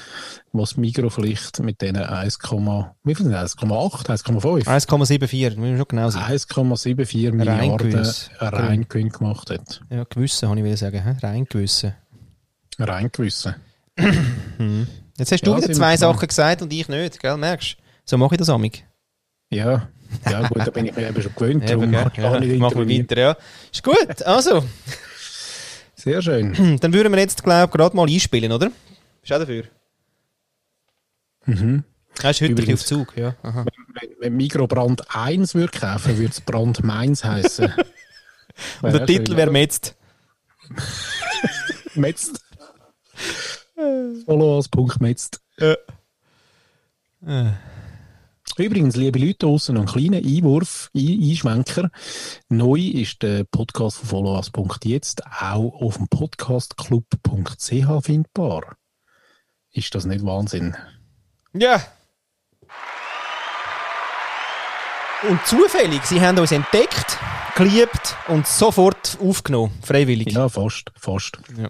[SPEAKER 2] was Migro vielleicht mit diesen 1, wie viel sind das? 1,8, 1,5,
[SPEAKER 1] 1,74, müssen wir schon genau sein.
[SPEAKER 2] 1,74 Milliarden
[SPEAKER 1] Reingewünscht.
[SPEAKER 2] Reingewinn gemacht hat.
[SPEAKER 1] Ja, gewissen, habe ich will sagen, hä? rein gewissen.
[SPEAKER 2] Reingewissen.
[SPEAKER 1] Jetzt hast
[SPEAKER 2] Ja,
[SPEAKER 1] du wieder
[SPEAKER 2] sind
[SPEAKER 1] zwei
[SPEAKER 2] wir- genau.
[SPEAKER 1] Sachen gesagt und ich nicht, gell, merkst du? So mache ich das amig.
[SPEAKER 2] Ja. ja, gut, da bin ich mir eben schon gewöhnt. darum
[SPEAKER 1] Eben, gell?
[SPEAKER 2] kann ich auch
[SPEAKER 1] Ja,
[SPEAKER 2] nicht
[SPEAKER 1] machen wir
[SPEAKER 2] intervenieren.
[SPEAKER 1] weiter, ja. Ist gut, also,
[SPEAKER 2] Sehr schön.
[SPEAKER 1] hm, dann würden wir jetzt, glaube ich, gerade mal einspielen, oder? Bist du auch dafür?
[SPEAKER 2] Mhm.
[SPEAKER 1] Hast du heute
[SPEAKER 2] Übrigens-
[SPEAKER 1] auf Zug, ja. Aha.
[SPEAKER 2] Wenn, wenn Migro Brand 1 würde kaufen, würde es Brand Mainz heißen.
[SPEAKER 1] Und der Titel wäre «Metzt».
[SPEAKER 2] Metzt. Follow us. Metzt.
[SPEAKER 1] Ja. Äh.
[SPEAKER 2] Übrigens, liebe Leute draußen, noch einen kleinen Einwurf, Ein- Einschwenker. Neu ist der Podcast von Followers. jetzt auch auf dem podcastclub.ch findbar. Ist das nicht Wahnsinn?
[SPEAKER 1] Ja. Und zufällig, sie haben uns entdeckt, geliebt und sofort aufgenommen, freiwillig.
[SPEAKER 2] Ja, fast, fast.
[SPEAKER 1] Ja.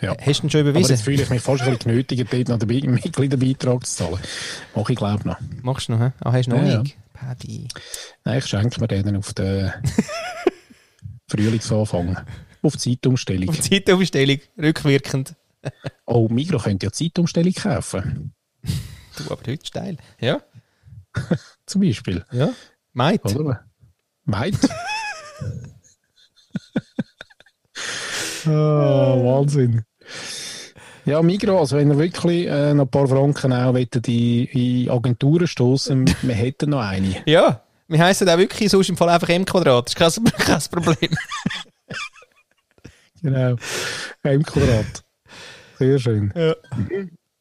[SPEAKER 2] Ja.
[SPEAKER 1] Hast du ihn schon
[SPEAKER 2] Aber jetzt
[SPEAKER 1] überwiesen?
[SPEAKER 2] fühle ich mich fast ein bisschen genötigt, dort noch den Be- Mitgliederbeitrag zu zahlen. Mach ich glaube noch.
[SPEAKER 1] Machst du noch, hä? Ah, hast du noch
[SPEAKER 2] Ja, ja.
[SPEAKER 1] nicht? Paddy.
[SPEAKER 2] Nein, ich schenke mir den auf den Frühlingsanfang. Auf die Zeitumstellung.
[SPEAKER 1] Und Zeitumstellung, rückwirkend.
[SPEAKER 2] Oh, Migro könnte ja die Zeitumstellung kaufen.
[SPEAKER 1] Du, aber heute steil. Ja?
[SPEAKER 2] Zum Beispiel.
[SPEAKER 1] Ja. Meid.
[SPEAKER 2] Oder? Meid. oh, Wahnsinn. Ja, Migros, also wenn ihr wirklich äh, noch ein paar Franken auch wollt, die in Agenturen stoßen, wir hätten noch eine.
[SPEAKER 1] Ja. Wir heissen auch wirklich sonst im Fall einfach M Quadrat. Ist kein, kein Problem.
[SPEAKER 2] Genau. Im Quadrat. Sehr schön.
[SPEAKER 1] Ja.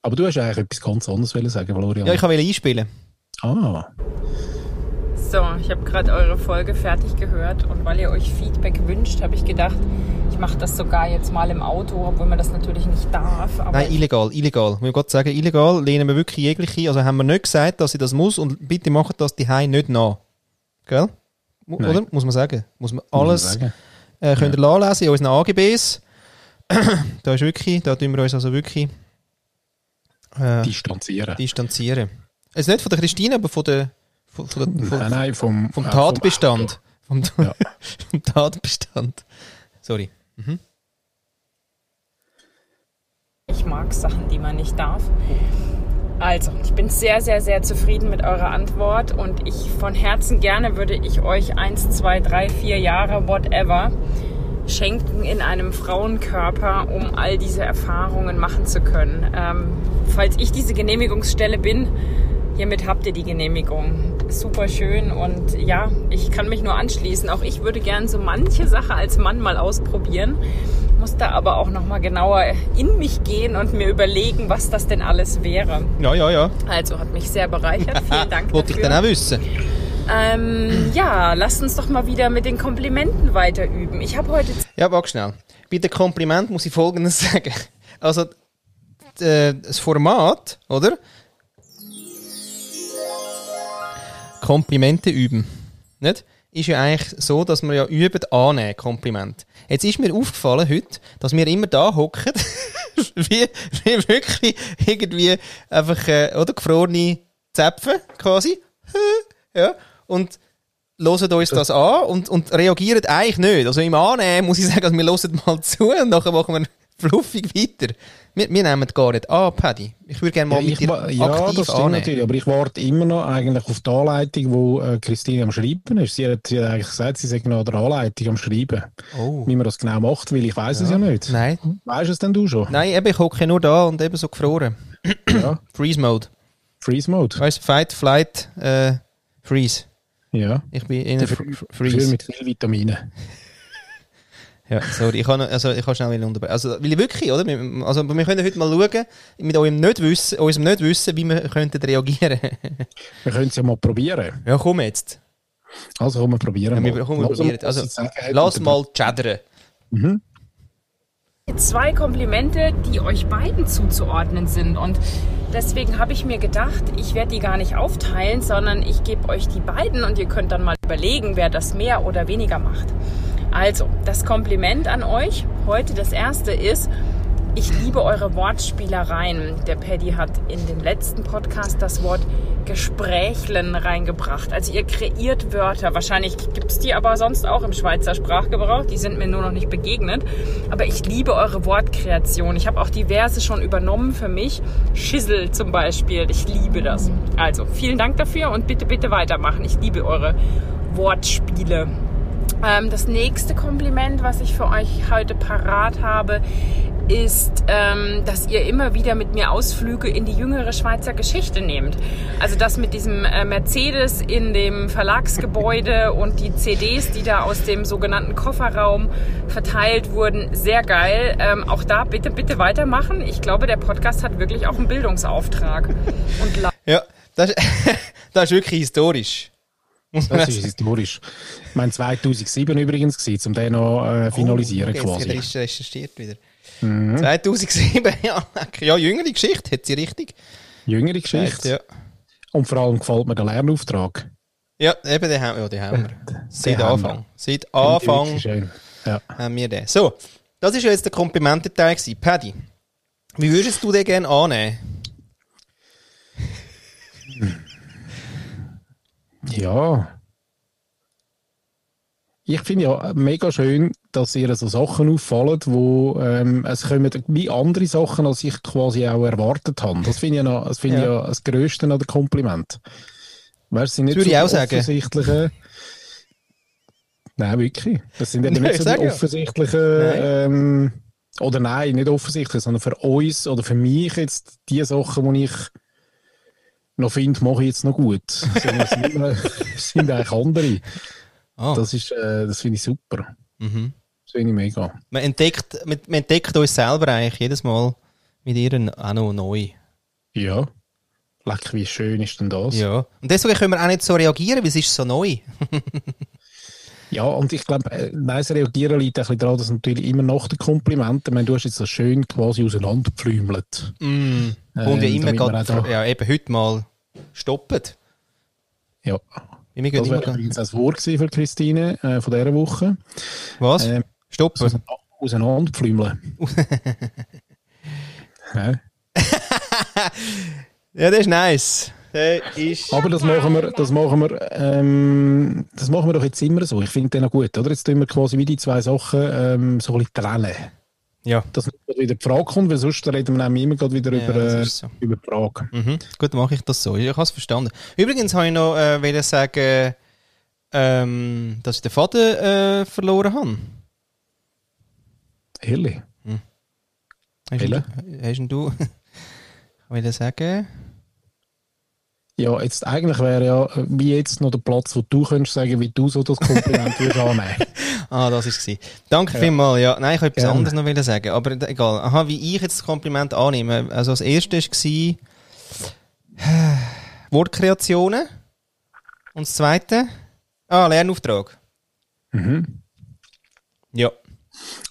[SPEAKER 2] Aber du hast eigentlich etwas ganz anderes wollen sagen, Florian.
[SPEAKER 1] Ja, ich wollte einspielen.
[SPEAKER 2] ah,
[SPEAKER 3] So, ich habe gerade eure Folge fertig gehört und weil ihr euch Feedback wünscht, habe ich gedacht, ich mache das sogar jetzt mal im Auto, obwohl man das natürlich nicht darf. Aber
[SPEAKER 1] Nein, illegal, illegal. Ich will Gott sagen, illegal lehnen wir wirklich jegliche. Also haben wir nicht gesagt, dass ich das muss und bitte macht das die nicht nach. Gell? Mu-
[SPEAKER 2] Nein.
[SPEAKER 1] Oder? Muss man sagen. Muss man
[SPEAKER 2] muss ich
[SPEAKER 1] alles
[SPEAKER 2] sagen.
[SPEAKER 1] äh, könnt ihr nachlesen in unseren AGBs. da ist wirklich, da tun wir uns also wirklich äh,
[SPEAKER 2] Distanzieren.
[SPEAKER 1] distanzieren. Jetzt nicht von der Christine, aber von der, von, von der,
[SPEAKER 2] nein,
[SPEAKER 1] von,
[SPEAKER 2] nein, vom,
[SPEAKER 1] vom
[SPEAKER 2] äh,
[SPEAKER 1] Tatbestand. Vom,
[SPEAKER 2] Ja.
[SPEAKER 1] vom Tatbestand. Sorry.
[SPEAKER 3] ich mag Sachen, die man nicht darf. Also, ich bin sehr, sehr, sehr zufrieden mit eurer Antwort und ich von Herzen gerne würde ich euch eins, zwei, drei, vier Jahre, whatever, schenken in einem Frauenkörper, um all diese Erfahrungen machen zu können. Ähm, falls ich diese Genehmigungsstelle bin, hiermit habt ihr die Genehmigung. Super schön und ja, ich kann mich nur anschließen. Auch ich würde gern so manche Sache als Mann mal ausprobieren, muss da aber auch noch mal genauer in mich gehen und mir überlegen, was das denn alles wäre.
[SPEAKER 1] Ja, ja, ja.
[SPEAKER 3] Also hat mich sehr bereichert. Vielen Dank
[SPEAKER 1] Ah, Wollte ich
[SPEAKER 3] dafür.
[SPEAKER 1] dann auch wissen.
[SPEAKER 3] Ähm, ja, lasst uns doch mal wieder mit den Komplimenten weiter üben. Ich habe heute
[SPEAKER 1] Ja, warte schnell. Bei dem Kompliment muss ich Folgendes sagen. Also, d- äh, das Format, oder? Komplimente üben. Nicht? Ist ja eigentlich so, dass wir ja üben, annehmen, Kompliment. Jetzt ist mir aufgefallen heute, dass wir immer da hocken, wie, wie wirklich irgendwie einfach, äh, oder, gefrorene Zäpfe quasi. ja. Und hören uns das an und, und reagieren eigentlich nicht. Also im Annehmen muss ich sagen, also wir hören mal zu und nachher machen wir fluffig weiter. Wir, wir nehmen gar nicht an, Paddy. Ich würde gerne mal
[SPEAKER 2] Ja,
[SPEAKER 1] mit
[SPEAKER 2] ich,
[SPEAKER 1] dir
[SPEAKER 2] wa- ja,
[SPEAKER 1] aktiv
[SPEAKER 2] das stimmt
[SPEAKER 1] annehmen.
[SPEAKER 2] natürlich, aber ich warte immer noch eigentlich auf die Anleitung, wo äh, Christine am Schreiben ist. Sie hat, sie hat eigentlich gesagt, sie sei genau an der Anleitung am Schreiben.
[SPEAKER 1] Oh.
[SPEAKER 2] Wie man das genau macht, weil ich weiß es ja nicht.
[SPEAKER 1] Nein.
[SPEAKER 2] Weißt es denn du schon?
[SPEAKER 1] Nein, eben, ich hocke nur da und eben so gefroren.
[SPEAKER 2] Ja.
[SPEAKER 1] Freeze-Mode.
[SPEAKER 2] Freeze Mode.
[SPEAKER 1] Weißt du, Fight, Flight, äh, Freeze.
[SPEAKER 2] Ja.
[SPEAKER 1] Ich bin in der Fr Fr-
[SPEAKER 2] Viel
[SPEAKER 1] Freeze.
[SPEAKER 2] mit viel Vitaminen.
[SPEAKER 1] Ja, sorry, ich kann, noch- also, ich kann schnell unterbrechen. Also, weil ich wirklich, oder? Wir- Also, wir können heute mal schauen, mit eurem Nichtwissen, unserem Nichtwissen, wie wir könnten reagieren
[SPEAKER 2] Wir können es ja mal probieren.
[SPEAKER 1] Ja, komm jetzt.
[SPEAKER 2] Also komm, wir probieren
[SPEAKER 1] Ja, wir
[SPEAKER 2] mal.
[SPEAKER 1] komm, wir
[SPEAKER 2] Lass
[SPEAKER 1] probieren
[SPEAKER 2] mal,
[SPEAKER 1] es.
[SPEAKER 2] was
[SPEAKER 1] Also,
[SPEAKER 2] sie sagen hat
[SPEAKER 1] lass
[SPEAKER 2] und
[SPEAKER 1] mal chattern.
[SPEAKER 3] zwei Komplimente, die euch beiden zuzuordnen sind. Und deswegen habe ich mir gedacht, ich werde die gar nicht aufteilen, sondern ich gebe euch die beiden und ihr könnt dann mal überlegen, wer das mehr oder weniger macht. Also, das Kompliment an euch heute, das erste ist, ich liebe eure Wortspielereien. Der Paddy hat in den letzten Podcast das Wort Gesprächlen reingebracht. Also ihr kreiert Wörter. Wahrscheinlich gibt es die aber sonst auch im Schweizer Sprachgebrauch. Die sind mir nur noch nicht begegnet. Aber ich liebe eure Wortkreation. Ich habe auch diverse schon übernommen für mich. Schissel zum Beispiel. Ich liebe das. Also vielen Dank dafür und bitte, bitte weitermachen. Ich liebe eure Wortspiele. Ähm, das nächste Kompliment, was ich für euch heute parat habe, ist, ähm, dass ihr immer wieder mit mir Ausflüge in die jüngere Schweizer Geschichte nehmt. Also das mit diesem äh, Mercedes in dem Verlagsgebäude und die CDs, die da aus dem sogenannten Kofferraum verteilt wurden, sehr geil. Ähm, auch da bitte, bitte weitermachen. Ich glaube, der Podcast hat wirklich auch einen Bildungsauftrag. Und
[SPEAKER 1] Ja, das ist, das ist wirklich historisch.
[SPEAKER 2] Das ist historisch. Ich meine, 2007 übrigens, gewesen, um den noch äh,
[SPEAKER 1] Oh,
[SPEAKER 2] finalisieren
[SPEAKER 1] okay, Sie
[SPEAKER 2] quasi. Mhm.
[SPEAKER 1] hat recherchiert wieder. 2007, ja, ja, jüngere Geschichte, hat sie richtig.
[SPEAKER 2] Jüngere Geschichte.
[SPEAKER 1] Ja,
[SPEAKER 2] Und vor allem gefällt mir der Lernauftrag.
[SPEAKER 1] ja eben, den haben, ja, den haben wir. Seit
[SPEAKER 2] haben
[SPEAKER 1] Anfang. Seit Anfang
[SPEAKER 2] Wirklich schön. Ja.
[SPEAKER 1] haben wir den. So, das war ja jetzt der Komplimententeil. gewesen. Paddy, wie würdest du den gerne annehmen?
[SPEAKER 2] Ja. Ich finde ja mega schön, dass ihr so Sachen auffallen, wo ähm, es kommen wie andere Sachen, als ich quasi auch erwartet habe. Das finde ich, ja noch, das finde ich
[SPEAKER 1] Ja.
[SPEAKER 2] ja das Größte an den Kompliment. Weißt, sind nicht
[SPEAKER 1] Das würde
[SPEAKER 2] so
[SPEAKER 1] ich auch sagen.
[SPEAKER 2] offensichtliche. Nein, wirklich. Das sind eben
[SPEAKER 1] Nein,
[SPEAKER 2] nicht
[SPEAKER 1] ich
[SPEAKER 2] so die
[SPEAKER 1] sage ja.
[SPEAKER 2] offensichtlichen. Ähm, oder nein, nicht offensichtlich, sondern für uns oder für mich jetzt die Sachen, die ich noch finde, mache ich jetzt noch gut. Sondern Es sind, immer- es sind eigentlich andere.
[SPEAKER 1] Ah.
[SPEAKER 2] Das, ist, äh, das finde ich super.
[SPEAKER 1] Mhm.
[SPEAKER 2] Das finde ich mega.
[SPEAKER 1] Man, entdeckt, man, man entdeckt uns selber eigentlich jedes Mal mit ihr auch noch neu.
[SPEAKER 2] Ja. Leck, wie schön ist denn das?
[SPEAKER 1] Ja. Und deswegen können wir auch nicht so reagieren, weil es ist so neu.
[SPEAKER 2] Ja, und ich glaube, nice reagieren liegt ein bisschen daran, dass natürlich immer nach den Komplimenten, ich meine, du hast jetzt das schön quasi auseinandergepflümelt.
[SPEAKER 1] Mm. Und
[SPEAKER 2] Ähm,
[SPEAKER 1] wie immer
[SPEAKER 2] damit wir auch da-
[SPEAKER 1] geht, ja, eben heute mal stoppen.
[SPEAKER 2] Ja,
[SPEAKER 1] Wie wir gehen
[SPEAKER 2] das
[SPEAKER 1] immer
[SPEAKER 2] wäre
[SPEAKER 1] grad-
[SPEAKER 2] übrigens auch das Wort gewesen für Christine äh, von dieser Woche.
[SPEAKER 1] Was?
[SPEAKER 2] Ähm,
[SPEAKER 1] stoppen.
[SPEAKER 2] Auseinanderpflümeln. ja.
[SPEAKER 1] Ja, das ist nice. Das ist.
[SPEAKER 2] Aber das machen wir, das machen wir, ähm, das machen wir doch jetzt immer so. Ich finde den auch gut, oder? Jetzt tun wir quasi wie die zwei Sachen ähm, so ein bisschen trennen.
[SPEAKER 1] Ja.
[SPEAKER 2] Dass nicht gerade wieder die Frage kommt, weil sonst reden wir nämlich immer gerade wieder
[SPEAKER 1] Ja,
[SPEAKER 2] über,
[SPEAKER 1] das
[SPEAKER 2] äh,
[SPEAKER 1] ist so.
[SPEAKER 2] über die Frage.
[SPEAKER 1] Mhm. Gut, mache ich das so. Ich habe es verstanden. Übrigens habe ich noch äh, wollen sagen, ähm, dass ich den Faden äh, verloren habe.
[SPEAKER 2] Ehrlich.
[SPEAKER 1] Hast du,
[SPEAKER 2] Welchen?
[SPEAKER 1] hast denn du? ich wollte sagen.
[SPEAKER 2] Ja, jetzt eigentlich wäre ja äh, wie jetzt noch der Platz, wo du könntest sagen, wie du so das Kompliment würdest annehmen.
[SPEAKER 1] Ah, das war es. Danke vielmals. Ja, nein, ich wollte etwas
[SPEAKER 2] Gerne.
[SPEAKER 1] anderes noch wollen sagen, aber d- egal. Aha, wie ich jetzt das Kompliment annehme. Also, als erstes war Wortkreationen. Und das zweite? Ah, Lernauftrag.
[SPEAKER 2] Mhm.
[SPEAKER 1] Ja.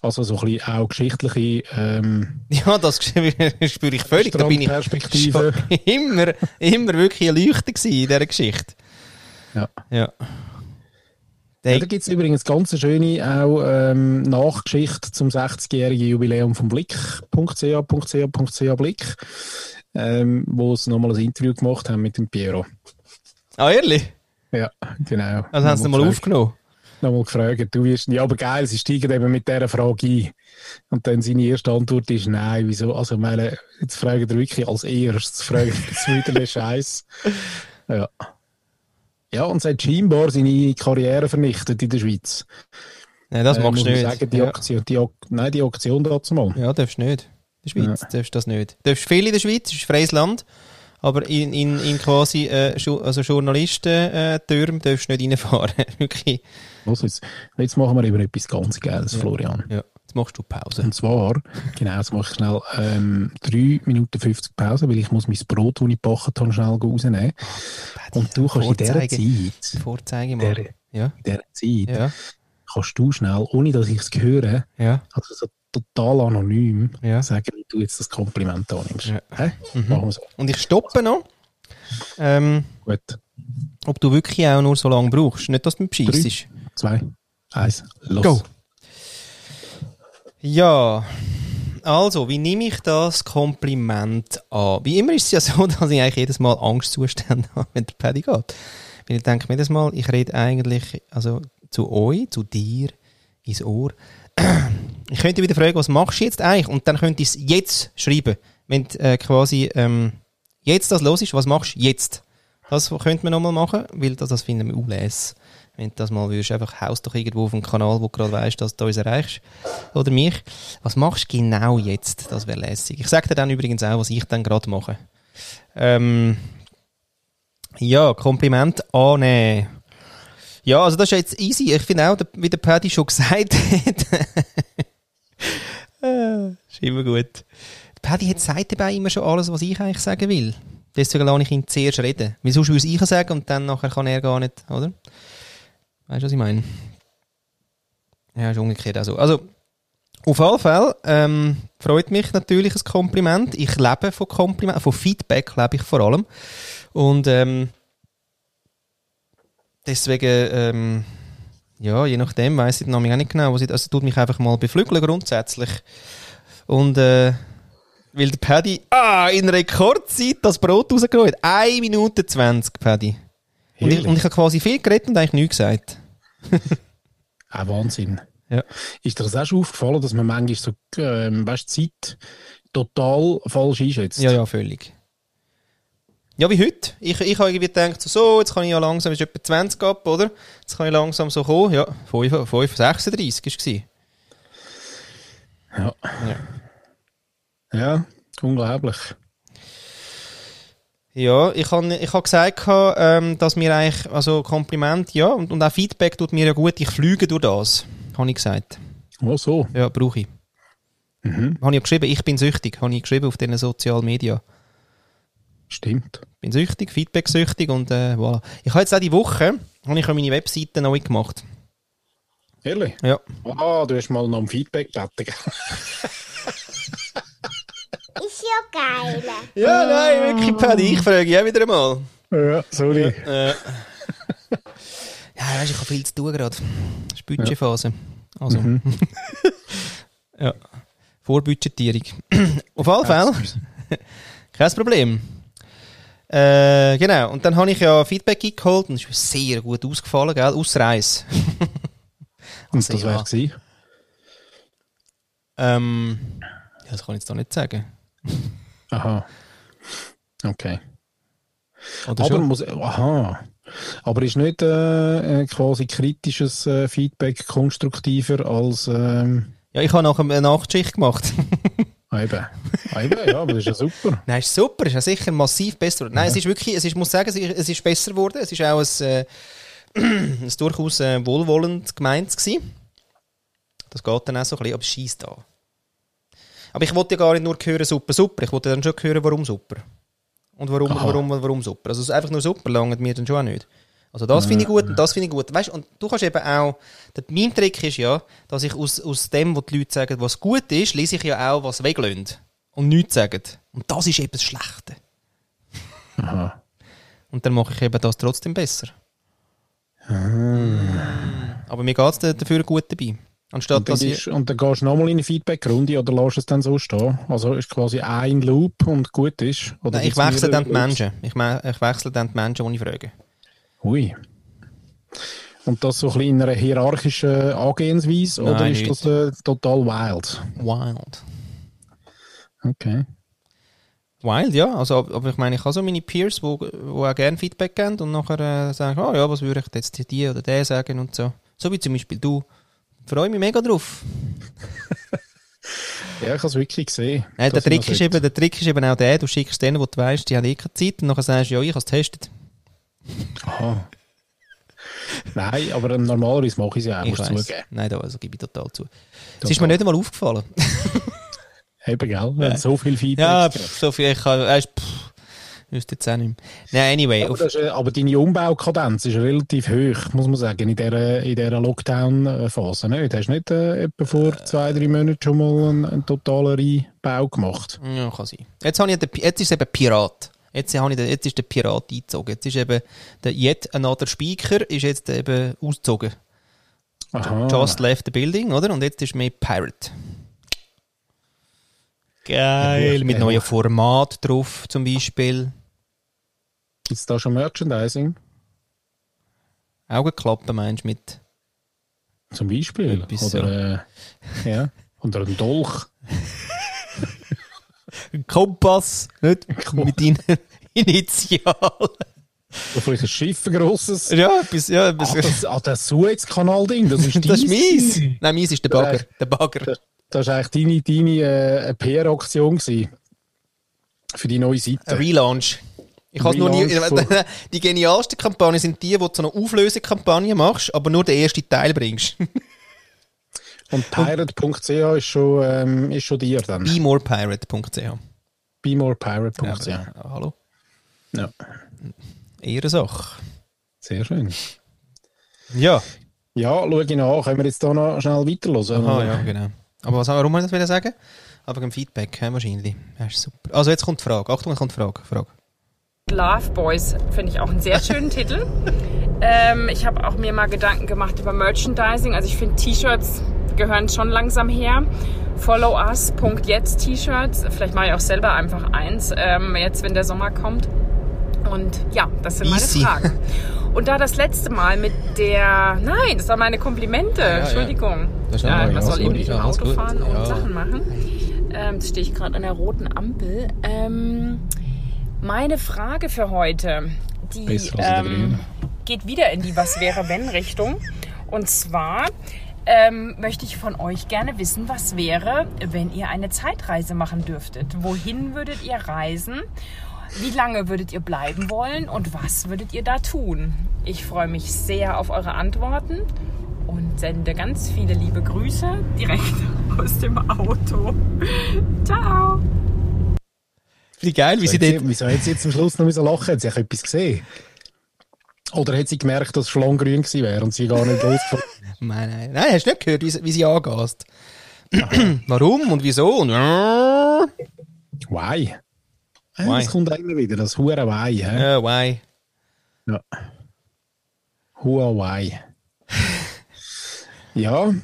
[SPEAKER 2] Also so ein bisschen auch geschichtliche ähm,
[SPEAKER 1] Ja, das spüre ich völlig. Da bin ich
[SPEAKER 2] Strandperspektive.
[SPEAKER 1] schon immer, immer wirklich ein Leuchter gewesen in dieser Geschichte.
[SPEAKER 2] Ja.
[SPEAKER 1] Ja.
[SPEAKER 2] Ja,
[SPEAKER 1] Der,
[SPEAKER 2] da gibt es übrigens ganz eine schöne auch, ähm, Nachgeschichte zum 60-jährigen Jubiläum vom Blick.ca.ca.ca Blick, ähm, wo sie nochmal ein Interview gemacht haben mit dem Piero.
[SPEAKER 1] ah, ehrlich?
[SPEAKER 2] Ja, genau.
[SPEAKER 1] Also haben sie
[SPEAKER 2] Nochmal
[SPEAKER 1] mal
[SPEAKER 2] gefragt-
[SPEAKER 1] aufgenommen?
[SPEAKER 2] Nochmal gefragt, du wirst, ja, aber geil, sie steigen eben mit dieser Frage ein. Und dann seine erste Antwort ist nein, wieso? Also, ich meine, jetzt fragen wir wirklich als erstes, fragen wir jetzt wieder den Scheiß. Ja. Ja, und sie hat scheinbar seine Karriere vernichtet in der Schweiz.
[SPEAKER 1] Nein, das
[SPEAKER 2] Äh,
[SPEAKER 1] machst du
[SPEAKER 2] muss
[SPEAKER 1] nicht.
[SPEAKER 2] man Sagen, die
[SPEAKER 1] ja.
[SPEAKER 2] Aktion, die, Ak- nein, die Aktion dazu mal.
[SPEAKER 1] ja, darfst du nicht. In der Schweiz darfst du das nicht. Du darfst viel in der Schweiz, es ist freies Land. Aber in, in, in quasi äh, Ju- also Journalisten-Türmen darfst du nicht reinfahren. wirklich.
[SPEAKER 2] Was jetzt? Jetzt machen wir über etwas ganz Geiles, Florian.
[SPEAKER 1] Ja, jetzt machst du Pause.
[SPEAKER 2] Und zwar, genau, jetzt mache ich schnell ähm, 3 Minuten 50 Pause, weil ich muss mein Brot, das ich gebacken habe, schnell rausnehmen. Und du kannst in dieser
[SPEAKER 1] Vorzeige.
[SPEAKER 2] Zeit,
[SPEAKER 1] Vorzeige mal.
[SPEAKER 2] der,
[SPEAKER 1] Ja,
[SPEAKER 2] in dieser Zeit
[SPEAKER 1] ja,
[SPEAKER 2] kannst du schnell, ohne dass ich es höre,
[SPEAKER 1] ja.
[SPEAKER 2] also so total anonym,
[SPEAKER 1] Ja.
[SPEAKER 2] sagen, wie du jetzt das Kompliment annimmst.
[SPEAKER 1] Ja. Mhm.
[SPEAKER 2] Hä? Machen wir so.
[SPEAKER 1] Und ich stoppe noch. Ähm,
[SPEAKER 2] Gut.
[SPEAKER 1] ob du wirklich auch nur so lange brauchst. Nicht, dass du mich bescheissest.
[SPEAKER 2] Zwei, eins, los.
[SPEAKER 1] Go. Ja, also, wie nehme ich das Kompliment an? Wie immer ist es ja so, dass ich eigentlich jedes Mal Angstzustände habe, wenn der Paddy geht. Weil ich denke mir jedes Mal, ich rede eigentlich also, zu euch, zu dir, ins Ohr. Ich könnte wieder fragen, was machst du jetzt eigentlich? Und dann könnte ich es jetzt schreiben. Wenn du, äh, quasi ähm, jetzt das los ist, was machst du jetzt? Das könnte man nochmal machen, weil das, das finden wir unlässig. Wenn du das mal würdest, einfach haust doch irgendwo auf dem Kanal, wo du gerade weißt, dass du uns erreichst. Oder mich. Was machst du genau jetzt? Das wäre lässig. Ich sage dir dann übrigens auch, was ich dann gerade mache. Ähm, ja, Kompliment annehmen. Ja, also das ist jetzt easy. Ich finde auch, der- wie der Paddy schon gesagt hat. äh, ist immer gut. Der Paddy hat sagt dabei immer schon alles, was ich eigentlich sagen will. Deswegen lasse ich ihn zuerst reden. Weil sonst würde ich es sagen und dann nachher kann er gar nicht, oder? Weißt du, was ich meine? Ja, ist umgekehrt auch so. Also, auf jeden Fall ähm, freut mich natürlich ein Kompliment. Ich lebe von Kompliment, von Feedback lebe ich vor allem. Und ähm, deswegen, ähm, ja, je nachdem, weiß ich den Namen auch nicht genau. was ich- Also, es tut mich einfach mal beflügeln grundsätzlich. Und äh, weil der Paddy ah, in Rekordzeit das Brot rausgeholt hat. 1 Minute 20, Paddy. Und ich, und ich habe quasi viel geredet und eigentlich nichts gesagt.
[SPEAKER 2] Auch Wahnsinn.
[SPEAKER 1] Ja.
[SPEAKER 2] Ist dir das auch schon aufgefallen, dass man manchmal so, ähm, weißt, die Zeit total falsch einschätzt?
[SPEAKER 1] Ja, ja, völlig. Ja, wie heute. Ich, ich habe irgendwie gedacht, so, so, jetzt kann ich ja langsam, es ist etwa 20 ab, oder? Jetzt kann ich langsam so kommen. Ja, 5, 5 36 war es.
[SPEAKER 2] Ja. Ja, unglaublich.
[SPEAKER 1] Ja, ich habe ich hab gesagt, gehabt, ähm, dass mir eigentlich, also Kompliment, ja, und, und auch Feedback tut mir ja gut, ich fliege durch das, habe ich gesagt.
[SPEAKER 2] Oh, so.
[SPEAKER 1] Ja, brauche ich.
[SPEAKER 2] Mhm.
[SPEAKER 1] Habe ich ja geschrieben, ich bin süchtig, habe ich geschrieben auf diesen sozialen Medien.
[SPEAKER 2] Stimmt.
[SPEAKER 1] Bin süchtig, Feedback-süchtig und äh, voilà. Ich habe jetzt auch die Woche, habe ich auch meine Webseite neu gemacht.
[SPEAKER 2] Ehrlich?
[SPEAKER 1] Ja.
[SPEAKER 2] Ah, du hast mal noch um Feedback gebeten.
[SPEAKER 4] Ist ja geil.
[SPEAKER 1] Ja, nein, Wikipedia, ich frage ja wieder einmal.
[SPEAKER 2] gell? Ja, sorry.
[SPEAKER 1] Äh. ja, weißt, ich habe viel zu tun gerade. Das ist Budgetphase. Also. ja. Vorbudgetierung. Auf alle Fälle. Kein Problem. Äh, genau, und dann habe ich ja Feedback eingeholt und es ist sehr gut ausgefallen, gell? Ausreis.
[SPEAKER 2] Und das
[SPEAKER 1] ja.
[SPEAKER 2] wäre gewesen.
[SPEAKER 1] Ähm, ja, das kann ich jetzt doch nicht sagen.
[SPEAKER 2] Aha. Okay.
[SPEAKER 1] Oder
[SPEAKER 2] Aber
[SPEAKER 1] schon?
[SPEAKER 2] muss. Aha. Aber ist nicht äh, äh, quasi kritisches äh, Feedback konstruktiver als. Ähm,
[SPEAKER 1] Ja, ich habe nachher eine Nachtschicht gemacht.
[SPEAKER 2] ah, eben. Ah, eben, ja, aber das ist ja super.
[SPEAKER 1] Nein, ist super, ist ja sicher massiv besser. geworden. Nein, es ist wirklich, es ist, muss sagen, es ist, es ist besser geworden. Es ist auch ein, äh, ein durchaus äh, wohlwollend gemeint gewesen. Das geht dann auch so ein bisschen, aber scheiß da. Aber ich wollte ja gar nicht nur hören, super, super. Ich wollte dann schon hören, warum super. Und warum,
[SPEAKER 2] Aha.
[SPEAKER 1] warum, warum super. Also es einfach nur super langt mir dann schon auch nicht. Also das finde ich gut und das finde ich gut. Weißt, und du kannst eben auch, der- mein Trick ist ja, dass ich aus, aus dem, was die Leute sagen, was gut ist, lese ich ja auch, was weglöhnt und nichts sagen. Und das ist eben das Schlechte.
[SPEAKER 2] Aha.
[SPEAKER 1] Und dann mache ich eben das trotzdem besser. Aber mir geht es dafür gut dabei. Anstatt
[SPEAKER 2] Ah. Und dann,
[SPEAKER 1] dass
[SPEAKER 2] bist,
[SPEAKER 1] ich...
[SPEAKER 2] und dann gehst du nochmal in eine Feedback-Runde oder lässt es dann so stehen? Also ist quasi ein Loop und gut ist? Oder
[SPEAKER 1] Nein, ich
[SPEAKER 2] gibt's
[SPEAKER 1] wechsle dann die
[SPEAKER 2] mehrere
[SPEAKER 1] Menschen. Ich, me- ich wechsle dann die Menschen, die ich frage.
[SPEAKER 2] Loops? Hui. Und das so ein bisschen in einer hierarchischen Angehensweise oder
[SPEAKER 1] Nein,
[SPEAKER 2] ist
[SPEAKER 1] nicht.
[SPEAKER 2] das äh, total wild?
[SPEAKER 1] Wild.
[SPEAKER 2] Okay.
[SPEAKER 1] Wild, ja. Also, ab- aber ich meine, ich habe so meine Peers, die wo auch gerne Feedback geben und nachher äh, sagen, oh ja, was würde ich jetzt die oder der sagen und so. So wie zum Beispiel du. Freue mich mega drauf.
[SPEAKER 2] Ja, ich habe es wirklich gesehen.
[SPEAKER 1] Nein, Äh, der
[SPEAKER 2] dass man
[SPEAKER 1] Trick,
[SPEAKER 2] das also
[SPEAKER 1] ist
[SPEAKER 2] hat.
[SPEAKER 1] eben, der Trick ist eben auch der, du schickst denen, wo du weißt, die haben eh keine Zeit und nachher sagst du, ja, ich habe es getestet.
[SPEAKER 2] Aha. Nein, aber normalerweise mache ich es ja auch,
[SPEAKER 1] Ich
[SPEAKER 2] muss ich
[SPEAKER 1] weiß.
[SPEAKER 2] zugeben.
[SPEAKER 1] Nein, da also gebe ich total zu. Es
[SPEAKER 2] Total.
[SPEAKER 1] ist mir nicht einmal aufgefallen.
[SPEAKER 2] Eben, gell? Wenn so viel Feedback
[SPEAKER 1] ja,
[SPEAKER 2] gibt.
[SPEAKER 1] pff, so viel, ich kann, weißt, pff, wüsste jetzt auch nicht mehr. Nein, anyway.
[SPEAKER 2] aber,
[SPEAKER 1] Auf,
[SPEAKER 2] das ist, äh, aber deine Umbaukadenz ist relativ hoch, muss man sagen, in dieser, in dieser Lockdown-Phase. Nicht? Hast du nicht äh, etwa vor zwei, drei Monaten schon mal einen, einen totalen Einbau gemacht?
[SPEAKER 1] ja, kann sein. Jetzt, habe ich den, Pi- jetzt ist es eben Pirat. Jetzt, habe ich den, jetzt ist der Pirat eingezogen. Jetzt ist eben der Yet Another Speaker ist jetzt eben ausgezogen.
[SPEAKER 2] Aha.
[SPEAKER 1] Just left the building, oder? Und jetzt ist mehr Pirate. Geil. Mit neuem Format drauf zum Beispiel.
[SPEAKER 2] Gibt es da schon Merchandising?
[SPEAKER 1] Augenklappen meinst du mit...
[SPEAKER 2] Zum Beispiel?
[SPEAKER 1] Etwas,
[SPEAKER 2] oder, äh, ja. oder ein Dolch?
[SPEAKER 1] Kompass, nicht? Mit deinen Initialen.
[SPEAKER 2] Oder vielleicht ein Schiff, ein grosses?
[SPEAKER 1] Ja, etwas, ja, etwas.
[SPEAKER 2] Ah, das, ah, das Suez-Kanal-Ding, das ist
[SPEAKER 1] Das ist
[SPEAKER 2] deins.
[SPEAKER 1] meins. Nein, meins ist der Bagger. Der Bagger.
[SPEAKER 2] Das- Das war eigentlich deine, deine äh, PR-Aktion gewesen. für die neue
[SPEAKER 1] Ein
[SPEAKER 2] Seite.
[SPEAKER 1] Relaunch. Ich habe nur nie.
[SPEAKER 2] Relaunch von-
[SPEAKER 1] Die genialsten Kampagnen sind die, wo du so eine Auflösekampagne machst, aber nur den ersten Teil bringst.
[SPEAKER 2] Und pirate.ch ist schon, ähm, ist schon dir dann.
[SPEAKER 1] BeMorePirate.ch.
[SPEAKER 2] bemorepirate.ch.
[SPEAKER 1] Also, Ja, aber- Hallo?
[SPEAKER 2] Ja.
[SPEAKER 1] Ehrensache.
[SPEAKER 2] Sehr schön.
[SPEAKER 1] Ja.
[SPEAKER 2] Ja, schau ich nach. Können wir jetzt hier noch schnell weiterhören?
[SPEAKER 1] Aha, ja, genau. Aber was, warum wollte ich das wieder sagen? Aber im Feedback, hä, wahrscheinlich. Ja, ist super. Also jetzt kommt die Frage. Achtung, jetzt kommt die Frage. Frage.
[SPEAKER 3] Love Boys finde ich auch einen sehr schönen Titel. Ähm, ich habe auch mir mal Gedanken gemacht über Merchandising. Also ich finde T-Shirts gehören schon langsam her. Follow us. Punkt jetzt T-Shirts. Vielleicht mache ich auch selber einfach eins, ähm, jetzt wenn der Sommer kommt. Und ja, das sind meine
[SPEAKER 1] Easy.
[SPEAKER 3] Fragen. Und da das letzte Mal mit der. Nein, das waren meine Komplimente.
[SPEAKER 1] Ah, ja.
[SPEAKER 3] Entschuldigung.
[SPEAKER 1] Das ist ja
[SPEAKER 3] Ja,
[SPEAKER 1] normal,
[SPEAKER 3] man
[SPEAKER 1] ja, genau,
[SPEAKER 3] soll
[SPEAKER 1] ist
[SPEAKER 3] eben
[SPEAKER 1] gut,
[SPEAKER 3] nicht
[SPEAKER 1] ja,
[SPEAKER 3] im
[SPEAKER 1] ist
[SPEAKER 3] Auto
[SPEAKER 1] gut.
[SPEAKER 3] fahren und
[SPEAKER 1] Ja.
[SPEAKER 3] Sachen machen. Ähm, jetzt stehe ich gerade an der roten Ampel. Ähm, meine Frage für heute, die
[SPEAKER 2] Besser als in der
[SPEAKER 3] ähm,
[SPEAKER 2] Grünen.
[SPEAKER 3] geht wieder in die Was wäre wenn Richtung. Und zwar ähm, möchte ich von euch gerne wissen, was wäre, wenn ihr eine Zeitreise machen dürftet. Wohin würdet ihr reisen? Wie lange würdet ihr bleiben wollen und was würdet ihr da tun? Ich freue mich sehr auf eure Antworten und sende ganz viele liebe Grüße direkt aus dem Auto. Ciao!
[SPEAKER 1] Wie geil, wie sie
[SPEAKER 2] Wieso hat
[SPEAKER 1] dort...
[SPEAKER 2] sie- wieso hat sie jetzt am Schluss noch müssen lachen? Hat sie auch etwas gesehen? Oder hat sie gemerkt, dass es schon lange grün gewesen wäre und sie gar nicht losgefahren
[SPEAKER 1] Nein, nein, nein, hast du nicht gehört, wie, sie- wie sie angast? Warum und wieso? Und äh,
[SPEAKER 2] Why? Äh,
[SPEAKER 1] Why?
[SPEAKER 2] Das kommt auch immer wieder, das Huawei. hä?
[SPEAKER 1] Äh, why?
[SPEAKER 2] Ja. Huawei. ja.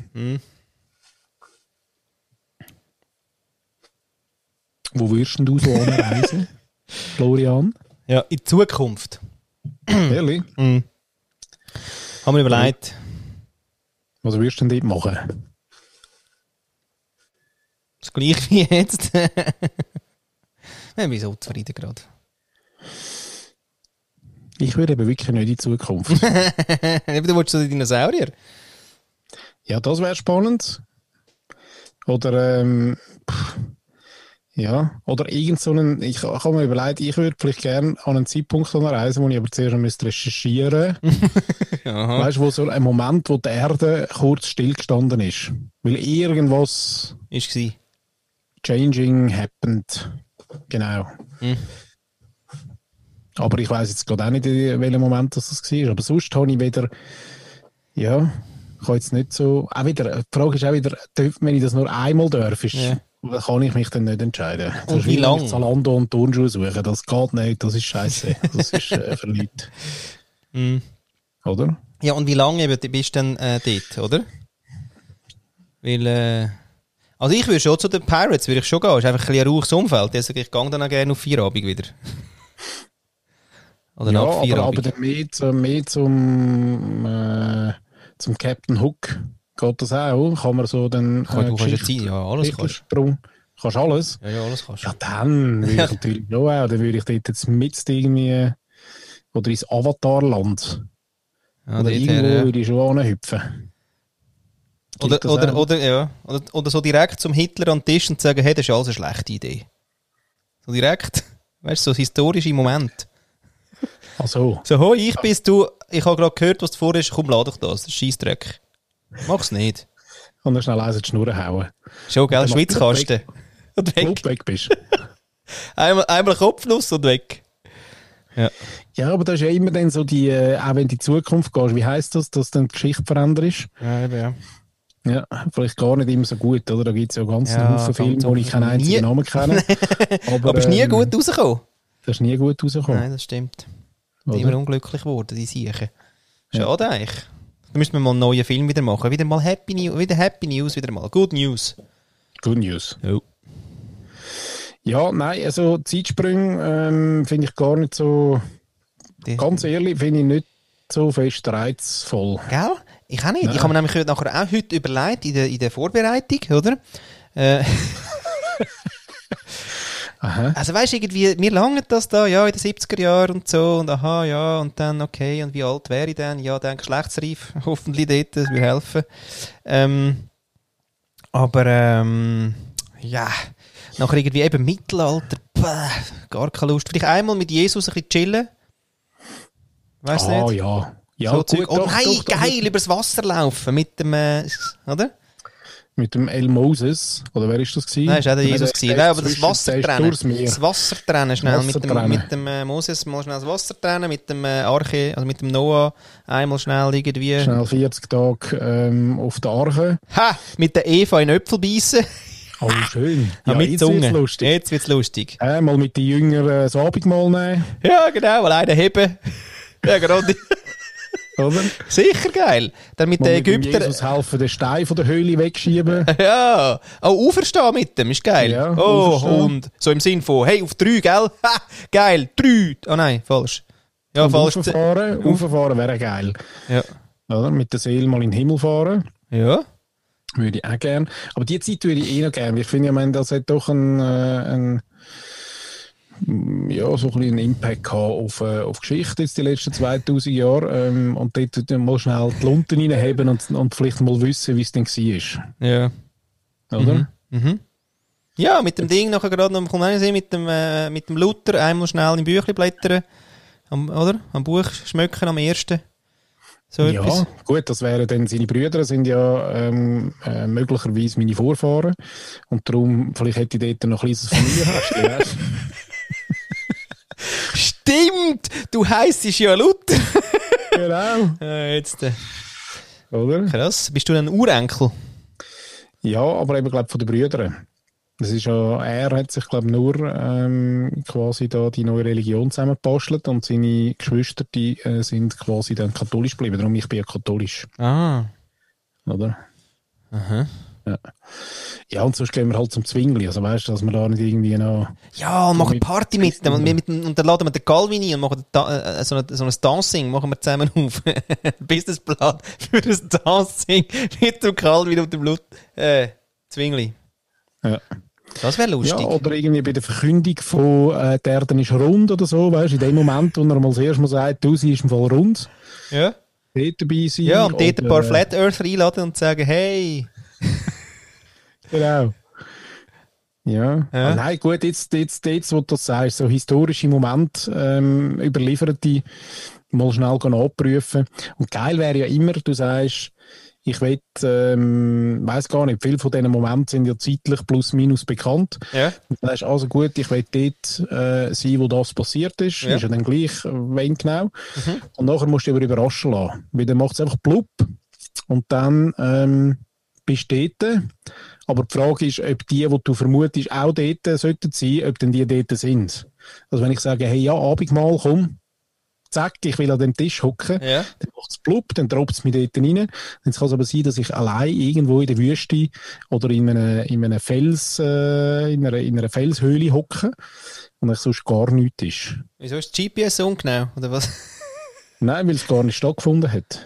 [SPEAKER 2] Wo würdest denn du so anreisen, Florian?
[SPEAKER 1] Ja, in Zukunft.
[SPEAKER 2] Ehrlich?
[SPEAKER 1] Haben wir überlegt.
[SPEAKER 2] Was würdest du denn dort machen?
[SPEAKER 1] Das gleiche wie jetzt. Ich bin so zufrieden gerade.
[SPEAKER 2] Ich würde eben wirklich nicht in Zukunft.
[SPEAKER 1] Eben, du willst zu den Dinosaurier.
[SPEAKER 2] Ja, das wäre spannend. Oder ähm, pff, ja, oder irgend so einen, ich habe mir überlegt, ich würde vielleicht gerne an einen Zeitpunkt reisen, wo ich aber zuerst müsste recherchieren
[SPEAKER 1] Aha.
[SPEAKER 2] Weißt du, wo so ein Moment, wo die Erde kurz stillgestanden ist. Weil irgendwas
[SPEAKER 1] Ist gsi.
[SPEAKER 2] changing happened. Genau.
[SPEAKER 1] Mhm.
[SPEAKER 2] Aber ich weiß jetzt gerade auch nicht, in welchem Moment das das war. Aber sonst habe ich wieder, ja, ich kann jetzt nicht so, auch wieder, die Frage ist auch wieder, dürf- wenn ich das nur einmal darf, ist,
[SPEAKER 1] Ja.
[SPEAKER 2] kann ich mich dann nicht entscheiden. Das
[SPEAKER 1] Und
[SPEAKER 2] ist
[SPEAKER 1] wie
[SPEAKER 2] wenn
[SPEAKER 1] lang?
[SPEAKER 2] ich Zalando und Turnschuhe suchen, das geht nicht, das ist scheiße. Das ist äh, für Leute.
[SPEAKER 1] Mhm.
[SPEAKER 2] Oder?
[SPEAKER 1] Ja, und wie lange eben du bist du denn äh, dort, oder? Weil, äh, also ich würde schon zu den Pirates, würde ich schon gehen. Ist einfach ein, bisschen ein rauches Umfeld. Deswegen, ich gehe dann auch gerne auf Feierabend wieder. Oder
[SPEAKER 2] ja,
[SPEAKER 1] nach
[SPEAKER 2] aber, aber
[SPEAKER 1] Feierabend.
[SPEAKER 2] dann mehr, zu, mehr zum, äh, zum Captain Hook geht das auch. Kann man so dann. äh,
[SPEAKER 1] Kann- du kannst ja
[SPEAKER 2] Geschichte-
[SPEAKER 1] ziehen, ja, alles
[SPEAKER 2] Geschichtssprung. Kannst alles?
[SPEAKER 1] Ja, ja, alles kannst du.
[SPEAKER 2] Ja, dann würde ich natürlich auch, auch. Dann würde ich dort jetzt mit irgendwie. Oder ins Avatarland.
[SPEAKER 1] Ja, eh, Ah,
[SPEAKER 2] oder
[SPEAKER 1] dort
[SPEAKER 2] irgendwo
[SPEAKER 1] her, ja.
[SPEAKER 2] würde ich schon anhüpfen.
[SPEAKER 1] Oder,
[SPEAKER 2] das
[SPEAKER 1] oder,
[SPEAKER 2] auch?
[SPEAKER 1] oder, ja. oder, oder so direkt zum Hitler an den Tisch und sagen, hey, das ist alles eine schlechte Idee. So direkt, weißt du, so historische Moment.
[SPEAKER 2] Also,
[SPEAKER 1] So, hoi, ich bist du, ich habe gerade gehört, was du vorhast, komm, lad doch das, das ist Scheissdreck. Mach's nicht.
[SPEAKER 2] und dann schnell eins in die Schnur hauen.
[SPEAKER 1] Schon, gell,
[SPEAKER 2] Dann mach-
[SPEAKER 1] Schwitzkasten. Und
[SPEAKER 2] Wenn
[SPEAKER 1] weg.
[SPEAKER 2] du weg bist.
[SPEAKER 1] Einmal, einmal Kopfnuss und weg.
[SPEAKER 2] Ja, aber das ist ja immer dann so die, äh, auch wenn du in die Zukunft gehst, wie heisst das, dass dann die Geschichte verändert ist?
[SPEAKER 1] Ja, eben, ja.
[SPEAKER 2] Ja, vielleicht gar nicht immer so gut, oder? Da gibt es ja ganz
[SPEAKER 1] Ja,
[SPEAKER 2] ja, Haufen
[SPEAKER 1] ganz
[SPEAKER 2] Filme, wo ich keinen
[SPEAKER 1] offen.
[SPEAKER 2] einzigen
[SPEAKER 1] Nie-
[SPEAKER 2] Namen kenne.
[SPEAKER 1] Aber ist nie
[SPEAKER 2] ähm,
[SPEAKER 1] gut rausgekommen.
[SPEAKER 2] Das ist nie gut rausgekommen.
[SPEAKER 1] Nein, das stimmt. Die immer
[SPEAKER 2] oder?
[SPEAKER 1] unglücklich geworden, die Siechen. Schade eigentlich. Da müssten wir mal einen neuen Film wieder machen. Wieder mal Happy News, wieder Happy News, wieder mal Good News.
[SPEAKER 2] Good News.
[SPEAKER 1] Jo.
[SPEAKER 2] Ja, nein, also Zeitsprünge ähm, finde ich gar nicht so,
[SPEAKER 1] Die-
[SPEAKER 2] ganz ehrlich, finde ich nicht so fest reizvoll.
[SPEAKER 1] Gell? Ich auch nicht.
[SPEAKER 2] Nein.
[SPEAKER 1] Ich habe mir nämlich heute nachher auch heute überlegt, in der, in der Vorbereitung, oder? Äh,
[SPEAKER 2] Aha.
[SPEAKER 1] also weißt du, irgendwie, mir langt das da, ja, in den 70er Jahren und so, und aha, ja, und dann, okay, und wie alt wäre ich denn? Ja, dann geschlechtsreif, hoffentlich dort, das würde helfen. Ähm, aber, ähm, ja, nachher irgendwie eben Mittelalter, bah, gar keine Lust. Vielleicht einmal mit Jesus ein bisschen chillen. Weißt du
[SPEAKER 2] ah,
[SPEAKER 1] nicht?
[SPEAKER 2] ja. Ja,
[SPEAKER 1] so
[SPEAKER 2] gut,
[SPEAKER 1] Zeug. Oh
[SPEAKER 2] doch,
[SPEAKER 1] nein,
[SPEAKER 2] doch, doch,
[SPEAKER 1] geil, übers Wasser laufen mit dem, äh, oder?
[SPEAKER 2] Mit dem El Moses, oder wer ist das gewesen?
[SPEAKER 1] Nein, ist auch der Jesus
[SPEAKER 2] der-
[SPEAKER 1] gewesen.
[SPEAKER 2] der
[SPEAKER 1] Nein,
[SPEAKER 2] ist
[SPEAKER 1] aber das
[SPEAKER 2] zwischen- der
[SPEAKER 1] Wasser
[SPEAKER 2] ist
[SPEAKER 1] trennen.
[SPEAKER 2] durchs Meer.
[SPEAKER 1] Das Wasser trennen schnell.
[SPEAKER 2] Wasser
[SPEAKER 1] mit dem,
[SPEAKER 2] trennen.
[SPEAKER 1] mit dem äh, Moses mal schnell das Wasser trennen, mit dem äh, Arche, also mit dem Noah einmal schnell irgendwie.
[SPEAKER 2] Schnell 40 Tage ähm, auf der Arche.
[SPEAKER 1] Ha! Mit der Eva in Äpfel beißen.
[SPEAKER 2] Oh, schön.
[SPEAKER 1] Ja, mit
[SPEAKER 2] jetzt
[SPEAKER 1] Zunge.
[SPEAKER 2] wird's lustig.
[SPEAKER 1] Jetzt wird's lustig.
[SPEAKER 2] Äh, mal mit den Jüngern äh, das Abendmahl nehmen.
[SPEAKER 1] Ja, genau, alleine heben. Ja, gerade.
[SPEAKER 2] Oder?
[SPEAKER 1] Sicher geil. Dann mit
[SPEAKER 2] Wo
[SPEAKER 1] den
[SPEAKER 2] wir dem
[SPEAKER 1] Ägyptern.
[SPEAKER 2] Jesus helfen, den Stein von der Höhle wegschieben.
[SPEAKER 1] Ja, auch auferstehen mit dem, ist geil.
[SPEAKER 2] Ja,
[SPEAKER 1] oh,
[SPEAKER 2] auferstehen.
[SPEAKER 1] und so im Sinn von, hey, auf drei, gell? Ha, geil, drei. Oh nein, falsch. Ja,
[SPEAKER 2] Und
[SPEAKER 1] falsch.
[SPEAKER 2] rauffahren. Rauffahren wäre geil.
[SPEAKER 1] Ja.
[SPEAKER 2] Oder? Mit der Seele mal in den Himmel fahren.
[SPEAKER 1] ja.
[SPEAKER 2] Würde ich auch gerne. Aber die Zeit würde ich eh noch gerne. Ich finde, ich meine, das hat doch einen, äh, einen, ja, so ein bisschen einen Impact gehabt auf, äh, auf Geschichte jetzt die letzten 2000 Jahre. Ähm, und dort würde ich mal schnell die Lunten reinheben und, und vielleicht mal wissen, wie es denn war.
[SPEAKER 1] Ja.
[SPEAKER 2] Oder?
[SPEAKER 1] Ja, mit dem Ding nachher gerade noch, kommt auch nicht mit dem, äh, mit dem Luther, einmal schnell im Büchlein blättern, am, oder? Am Buch schmücken, am ersten. So
[SPEAKER 2] ja,
[SPEAKER 1] etwas.
[SPEAKER 2] gut, das wären dann seine Brüder, sind ja ähm, äh, möglicherweise meine Vorfahren. Und darum, vielleicht hätte ich dort noch ein kleines Familienhäuschen. weisst du?
[SPEAKER 1] Stimmt! Du heisst ja Luther.
[SPEAKER 2] genau.
[SPEAKER 1] Ja, jetzt, äh,
[SPEAKER 2] Oder?
[SPEAKER 1] krass. Bist du ein Urenkel?
[SPEAKER 2] Ja, aber eben, glaube von den Brüdern. Das ist ja, er hat sich, glaube nur ähm, quasi da die neue Religion zusammengepastelt und seine Geschwister, die äh, sind quasi dann katholisch geblieben. Darum, ich bin ja katholisch,
[SPEAKER 1] Ah.
[SPEAKER 2] oder?
[SPEAKER 1] Aha.
[SPEAKER 2] Ja. ja, und sonst gehen wir halt zum Zwingli. Also, weißt du, dass wir da nicht irgendwie noch...
[SPEAKER 1] Ja, und machen
[SPEAKER 2] mit
[SPEAKER 1] Party mit dem. Und, wir mit dem. und dann laden wir den Calvin ein und machen den Ta- äh, so, ein, so ein Dancing machen wir zusammen auf. Businessplan für das Dancing mit dem Calvin und dem Blut. Äh, Zwingli.
[SPEAKER 2] Ja.
[SPEAKER 1] Das wäre lustig.
[SPEAKER 2] Ja, oder irgendwie bei der Verkündung von äh, «Die Erde ist rund» oder so, weißt du, in dem Moment, wo er mal zuerst mal sagt, «Du, sie ist im Fall rund»,
[SPEAKER 1] Ja,
[SPEAKER 2] dort dabei sein.
[SPEAKER 1] ja und dort ein paar
[SPEAKER 2] oder-
[SPEAKER 1] Flat Earth einladen und sagen, hey.
[SPEAKER 2] Genau. Ja. Ah, nein, gut, jetzt, jetzt, jetzt, wo du das sagst, so historische Momente, ähm, überlieferte, mal schnell gehen abprüfen. Und geil wäre ja immer, du sagst, ich will, ähm, weiß gar nicht, viele von diesen Momenten sind ja zeitlich plus minus bekannt.
[SPEAKER 1] Ja.
[SPEAKER 2] Und du sagst, also gut, ich will dort äh, sein, wo das passiert ist.
[SPEAKER 1] Ja. Mhm.
[SPEAKER 2] Ist ja dann gleich, äh, wenn genau. Und nachher musst du dich aber überraschen lassen. Weil dann macht es einfach plupp. Und dann ähm, bist du dort. Aber die Frage ist, ob die, die du vermutest, auch dort sollten sein, ob denn die dort sind. Also wenn ich sage, hey, ja, Abendmahl, komm, zack, ich will an dem Tisch hocken,
[SPEAKER 1] Ja.
[SPEAKER 2] dann macht es plupp, dann droppt es mich dort rein. Dann kann es aber sein, dass ich allein irgendwo in der Wüste oder in einer, in einer, Fels, äh, in einer, in einer Felshöhle hocke und ich sonst gar nichts ist.
[SPEAKER 1] Wieso ist die GPS so ungenau? Oder was?
[SPEAKER 2] Nein, weil es gar nicht stattgefunden hat.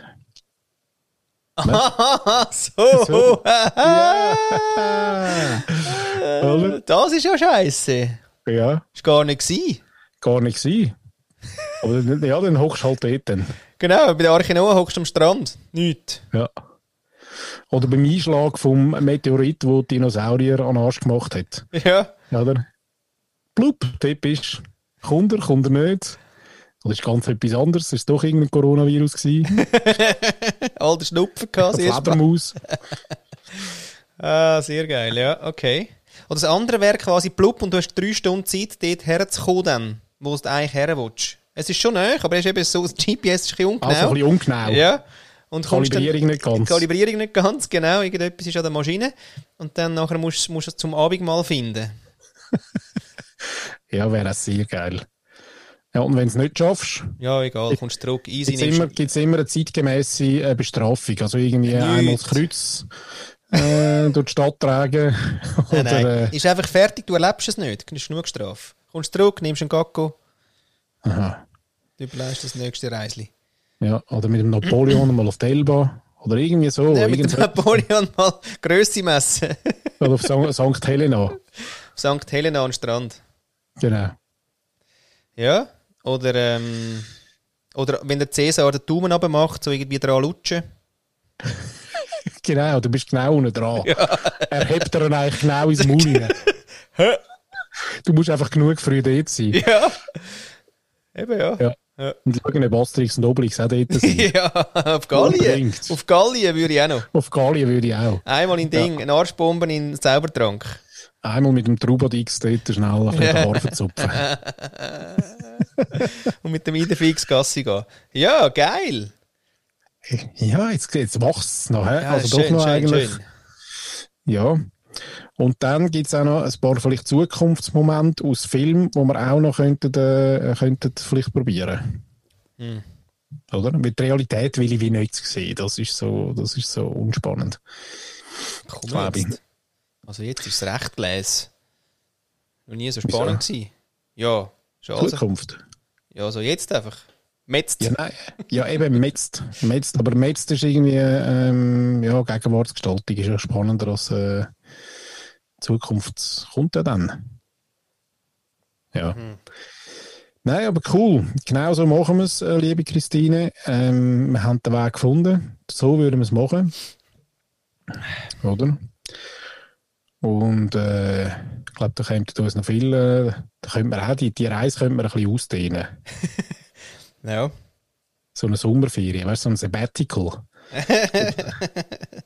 [SPEAKER 1] Haha, so.
[SPEAKER 2] So.
[SPEAKER 1] haha.
[SPEAKER 2] Oder?
[SPEAKER 1] Das ist ja scheiße.
[SPEAKER 2] Ja,
[SPEAKER 1] Ist gar nicht gewesen.
[SPEAKER 2] gar nicht sein. Aber dann, ja, dann hockst du halt dort dann.
[SPEAKER 1] Genau, bei der Arche Noah hockst du am Strand. Nichts.
[SPEAKER 2] Ja. Oder beim Einschlag vom Meteorit, wo die Dinosaurier an den Arsch gemacht hat.
[SPEAKER 1] Ja.
[SPEAKER 2] Oder? Blub, dort bist du. Kommt er, kommt er nicht. Oder ist ganz etwas anderes? Ist doch irgendein Coronavirus gewesen?
[SPEAKER 1] All der Schnupfen gehabt,
[SPEAKER 2] Eine
[SPEAKER 1] das erste Also Mal.
[SPEAKER 2] Fledermaus.
[SPEAKER 1] Ah, sehr geil, ja, okay. Und das andere wäre quasi plupp und du hast drei Stunden Zeit, dort herzukommen, dann, wo du eigentlich her willst. Es ist schon nahe, aber es ist eben so, das GPS ist ein bisschen ungenau.
[SPEAKER 2] Also ein bisschen ungenau.
[SPEAKER 1] Genau. Ja. Und kommst
[SPEAKER 2] Kalibrierung
[SPEAKER 1] dann,
[SPEAKER 2] nicht ganz.
[SPEAKER 1] Die Kalibrierung nicht ganz, genau. Irgendetwas ist an der Maschine. Und dann nachher musst, musst du es zum Abendmahl finden.
[SPEAKER 2] Ja, wäre auch sehr geil. Ja, und wenn du es nicht schaffst,
[SPEAKER 1] Ja, egal, kommst zurück, easy
[SPEAKER 2] Gibt es immer,
[SPEAKER 1] nimmst.
[SPEAKER 2] gibt's immer eine zeitgemäße äh, Bestrafung? Also irgendwie einmal das Kreuz äh, durch die Stadt tragen?
[SPEAKER 1] Nein, nein.
[SPEAKER 2] Oder, äh,
[SPEAKER 1] Ist einfach fertig, du erlebst es nicht. Du genug Strafe. Kommst zurück, nimmst einen Gacko,
[SPEAKER 2] aha,
[SPEAKER 1] du überlegst das nächste Reisli.
[SPEAKER 2] äh, ja, oder mit dem Napoleon mal auf die Elba? Oder irgendwie so.
[SPEAKER 1] Ja, mit
[SPEAKER 2] irgend
[SPEAKER 1] dem Napoleon mal Grösse messen.
[SPEAKER 2] oder auf San- St. Helena.
[SPEAKER 1] St. Helena am Strand.
[SPEAKER 2] Genau.
[SPEAKER 1] Ja. Oder, ähm, oder wenn der Cäsar den Daumen abmacht, so irgendwie dran lutschen.
[SPEAKER 2] Genau, du bist genau unten dran. Er hebt dir dann eigentlich genau ins Maul rein. Du musst einfach genug früh dort sein.
[SPEAKER 1] Ja. Eben ja.
[SPEAKER 2] Ja. Und schauen, ob Asterix und Obelix auch dort sind.
[SPEAKER 1] Ja, auf Gallien.
[SPEAKER 2] Unbedingt.
[SPEAKER 1] Auf Gallien würde ich auch noch.
[SPEAKER 2] Auf Gallien würde ich auch.
[SPEAKER 1] Einmal in Ding, ein Arschbomben in den Zaubertrank.
[SPEAKER 2] Einmal mit dem Trubadix dort schnell ein bisschen den Haaren zupfen.
[SPEAKER 1] Und mit dem Idefix Gassi gehen. Ja, geil.
[SPEAKER 2] Ja, jetzt, jetzt wachst es noch. hä?
[SPEAKER 1] Ja,
[SPEAKER 2] also doch noch eigentlich. Ja. Und dann gibt es auch noch ein paar vielleicht Zukunftsmomente aus Filmen, wo wir auch noch könnten, äh, könnten vielleicht probieren. Oder? Mit der Realität will ich wie nichts sehen. Das ist so, das ist so unspannend.
[SPEAKER 1] Komm
[SPEAKER 2] Glaub ich.
[SPEAKER 1] jetzt. Also jetzt ist es recht leise. Noch nie so spannend gewesen. Ja, schon also.
[SPEAKER 2] Zukunft.
[SPEAKER 1] Ja, also jetzt einfach. Metzt.
[SPEAKER 2] Ja, nein. ja, eben Metzt. Metzt. Aber Metzt ist irgendwie, ähm, ja, Gegenwartsgestaltung ist ja spannender als äh, Zukunft. Kommt ja dann. Ja. Nein, aber cool. Genau so machen wir es, äh, liebe Christine. Ähm, wir haben den Weg gefunden. So würden wir es machen. Oder? Und äh, ich glaube, da kommt uns noch viel. Äh, da können wir auch die, die Reise können wir ein bisschen ausdehnen
[SPEAKER 1] Nou Ja.
[SPEAKER 2] so eine Sommerferie, weißt du, so ein Sabbatical.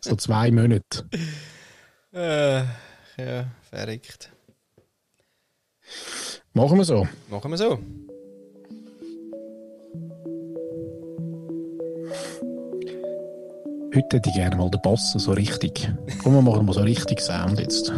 [SPEAKER 2] so zwei Monate.
[SPEAKER 1] Äh, ja, verrückt.
[SPEAKER 2] Machen wir so.
[SPEAKER 1] Machen wir so.
[SPEAKER 2] Heute hätte ich gerne mal den Bass so richtig. Komm, wir machen mal so richtig Sound jetzt.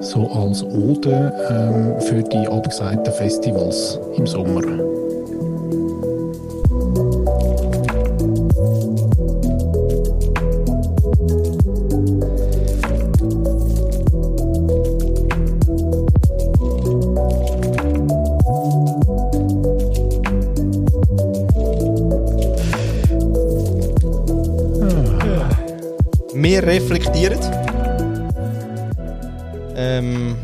[SPEAKER 2] So als Ode ähm, für die abgesagten Festivals im Sommer.
[SPEAKER 1] Wir reflektieren. Ähm.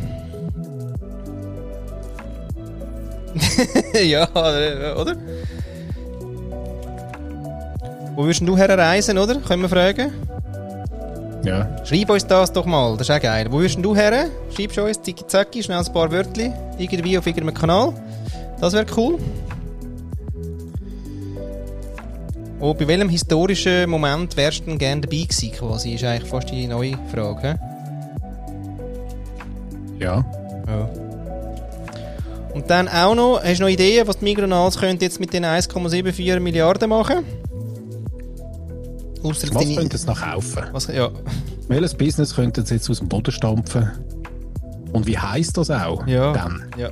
[SPEAKER 1] ja, äh, oder? Wo würdest du herreisen, oder? Können wir fragen?
[SPEAKER 2] Ja.
[SPEAKER 1] Schreib uns das doch mal, das ist auch geil. Wo würdest du her? Schreibst uns, zicki zacki, schnell ein paar Wörtchen. Irgendwie auf irgendeinem Kanal. Das wäre cool. Und Oh, bei welchem historischen Moment wärst du denn gerne dabei gewesen, quasi? Ist eigentlich fast die neue Frage.
[SPEAKER 2] Ja.
[SPEAKER 1] Ja. Und dann auch noch, hast du noch Ideen, was die Migronals könnte jetzt mit den 1,74 Milliarden machen? Ausser
[SPEAKER 2] Was
[SPEAKER 1] deine-
[SPEAKER 2] könnten sie noch kaufen?
[SPEAKER 1] Was, ja.
[SPEAKER 2] Welches Business könnten sie jetzt aus dem Boden stampfen? Und wie heisst das auch?
[SPEAKER 1] Ja.
[SPEAKER 2] Dann?
[SPEAKER 1] ja.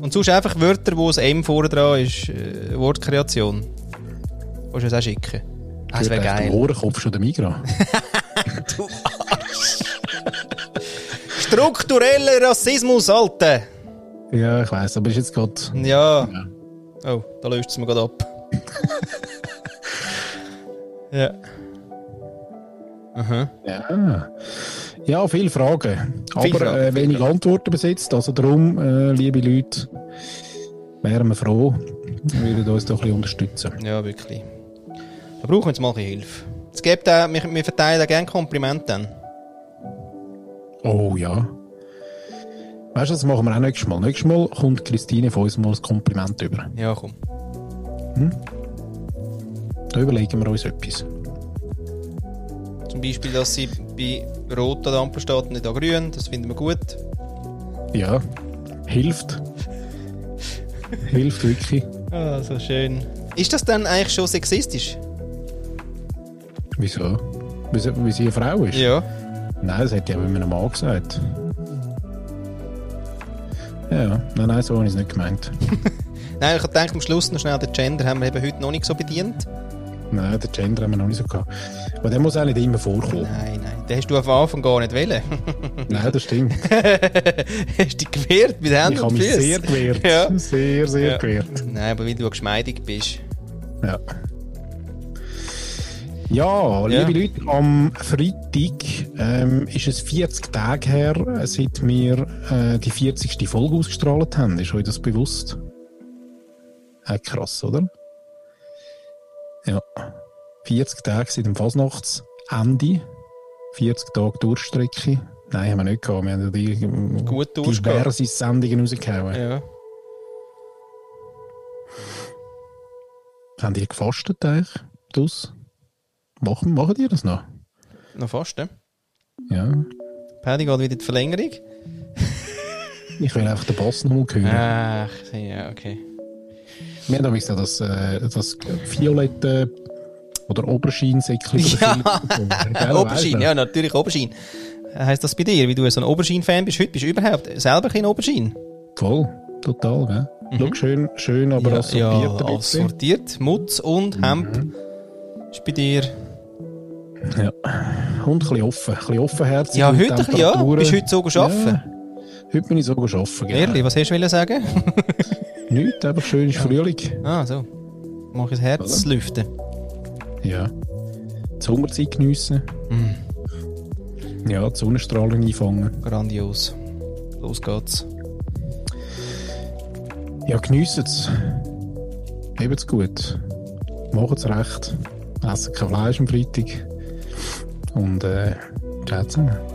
[SPEAKER 1] Und sonst einfach Wörter, wo das M vorne dran ist. Äh, Wortkreation. Kannst du das auch schicken? Ah, Das wäre
[SPEAKER 2] Gehört eigentlich
[SPEAKER 1] geil.
[SPEAKER 2] Dem Ohrenkopf schon der Migra.
[SPEAKER 1] Struktureller Rassismus, Alter!
[SPEAKER 2] ja, ich weiss, aber ist jetzt gerade.
[SPEAKER 1] Ja.
[SPEAKER 2] Ja.
[SPEAKER 1] Oh, da löst es mir gerade ab. ja. Aha.
[SPEAKER 2] Ja. ja, viele Fragen. Aber
[SPEAKER 1] Fragen,
[SPEAKER 2] äh,
[SPEAKER 1] viele
[SPEAKER 2] wenig Antworten besetzt. Also darum, äh, liebe Leute, wären wir froh, würdet uns doch ein bisschen unterstützen.
[SPEAKER 1] Ja, wirklich. Da brauchen wir jetzt mal ein bisschen Hilfe. Es gibt auch, wir, wir verteilen auch gerne Komplimente dann.
[SPEAKER 2] Oh ja. Weißt du, das machen wir auch nächstes Mal. Nächstes Mal kommt Christine von uns mal ein Kompliment über.
[SPEAKER 1] Ja, komm.
[SPEAKER 2] Da überlegen wir uns etwas.
[SPEAKER 1] Zum Beispiel, dass sie bei Rot an der Ampel steht und nicht an Grün. Das finden wir gut.
[SPEAKER 2] Ja, hilft. hilft wirklich.
[SPEAKER 1] Ah, so schön. Ist das dann eigentlich schon sexistisch?
[SPEAKER 2] Wieso? Wie sie, wie sie eine Frau ist?
[SPEAKER 1] Ja.
[SPEAKER 2] Nein, das hätte ich aber meinem Mann gesagt. Ja, nein, nein, so habe ich es nicht gemeint.
[SPEAKER 1] Nein, ich denke am Schluss noch schnell den Gender haben wir eben heute noch nicht so bedient.
[SPEAKER 2] Nein, den Gender haben wir noch nicht so gehabt. Aber der muss auch nicht immer vorkommen.
[SPEAKER 1] Nein, nein. Den hast du am Anfang gar nicht wollen.
[SPEAKER 2] Nein, das stimmt.
[SPEAKER 1] hast dich gewehrt mit
[SPEAKER 2] Ich
[SPEAKER 1] Händen
[SPEAKER 2] habe
[SPEAKER 1] und
[SPEAKER 2] mich
[SPEAKER 1] Füßen.
[SPEAKER 2] sehr gewehrt.
[SPEAKER 1] Ja.
[SPEAKER 2] Sehr, sehr
[SPEAKER 1] Ja.
[SPEAKER 2] gewehrt.
[SPEAKER 1] Nein, aber weil du geschmeidig bist.
[SPEAKER 2] Ja.
[SPEAKER 1] Ja.
[SPEAKER 2] Ja, liebe Leute, am Freitag ähm, ist es 40 Tage her, äh, seit wir äh, die 40. Folge ausgestrahlt haben. Ist euch das bewusst? Äh, krass, oder? Ja. 40 Tage seit dem Fasnachtsende. 40 Tage Durchstrecke. Nein, haben wir nicht gehabt. Wir haben ja die, ähm,
[SPEAKER 1] Gut durchgehauen.
[SPEAKER 2] diverse Sendungen rausgehauen.
[SPEAKER 1] Ja.
[SPEAKER 2] Haben die gefastet eigentlich? Das? Machen, machen die das noch?
[SPEAKER 1] Noch fast, ne?
[SPEAKER 2] Ja.
[SPEAKER 1] Paddy geht wieder in die Verlängerung.
[SPEAKER 2] Ich will einfach den Bass nochmal hören.
[SPEAKER 1] Ach, ja, okay.
[SPEAKER 2] Wir haben übrigens noch das, äh, das violette äh, oder Oberschein-Säckchen. von der
[SPEAKER 1] Ja.
[SPEAKER 2] Philips bekommen. Gell, weisst
[SPEAKER 1] Oberschein,
[SPEAKER 2] du?
[SPEAKER 1] ja, natürlich Oberschein. Heißt das bei dir, wie du so ein Oberschein-Fan bist? Heute bist du überhaupt selber kein Oberschein.
[SPEAKER 2] Voll, total, gell? Schau, schön, schön, aber
[SPEAKER 1] Mhm. ja, also ja,
[SPEAKER 2] assortiert ein bisschen. Mhm.
[SPEAKER 1] assortiert. Mutz und Hemd ist bei dir.
[SPEAKER 2] Und ein bisschen offen, ein bisschen offenherzig.
[SPEAKER 1] Ja,
[SPEAKER 2] mit
[SPEAKER 1] heute ein bisschen, ja.
[SPEAKER 2] Temperaturen.
[SPEAKER 1] Bist heute so arbeiten?
[SPEAKER 2] Ja, heute bin ich so arbeiten, genau.
[SPEAKER 1] Ehrlich, was hast du wollen sagen?
[SPEAKER 2] Nichts, aber schön ist Frühling.
[SPEAKER 1] ah, so. Mach ich das Herz lüften.
[SPEAKER 2] Ja. Die Sommerzeit geniessen.
[SPEAKER 1] Mhm.
[SPEAKER 2] Ja, die Sonnenstrahlung einfangen.
[SPEAKER 1] Grandios. Los geht's.
[SPEAKER 2] Ja, geniessen es. Eben es gut. Machen es recht. Essen kein Fleisch am Freitag. Und äh, tschau zusammen.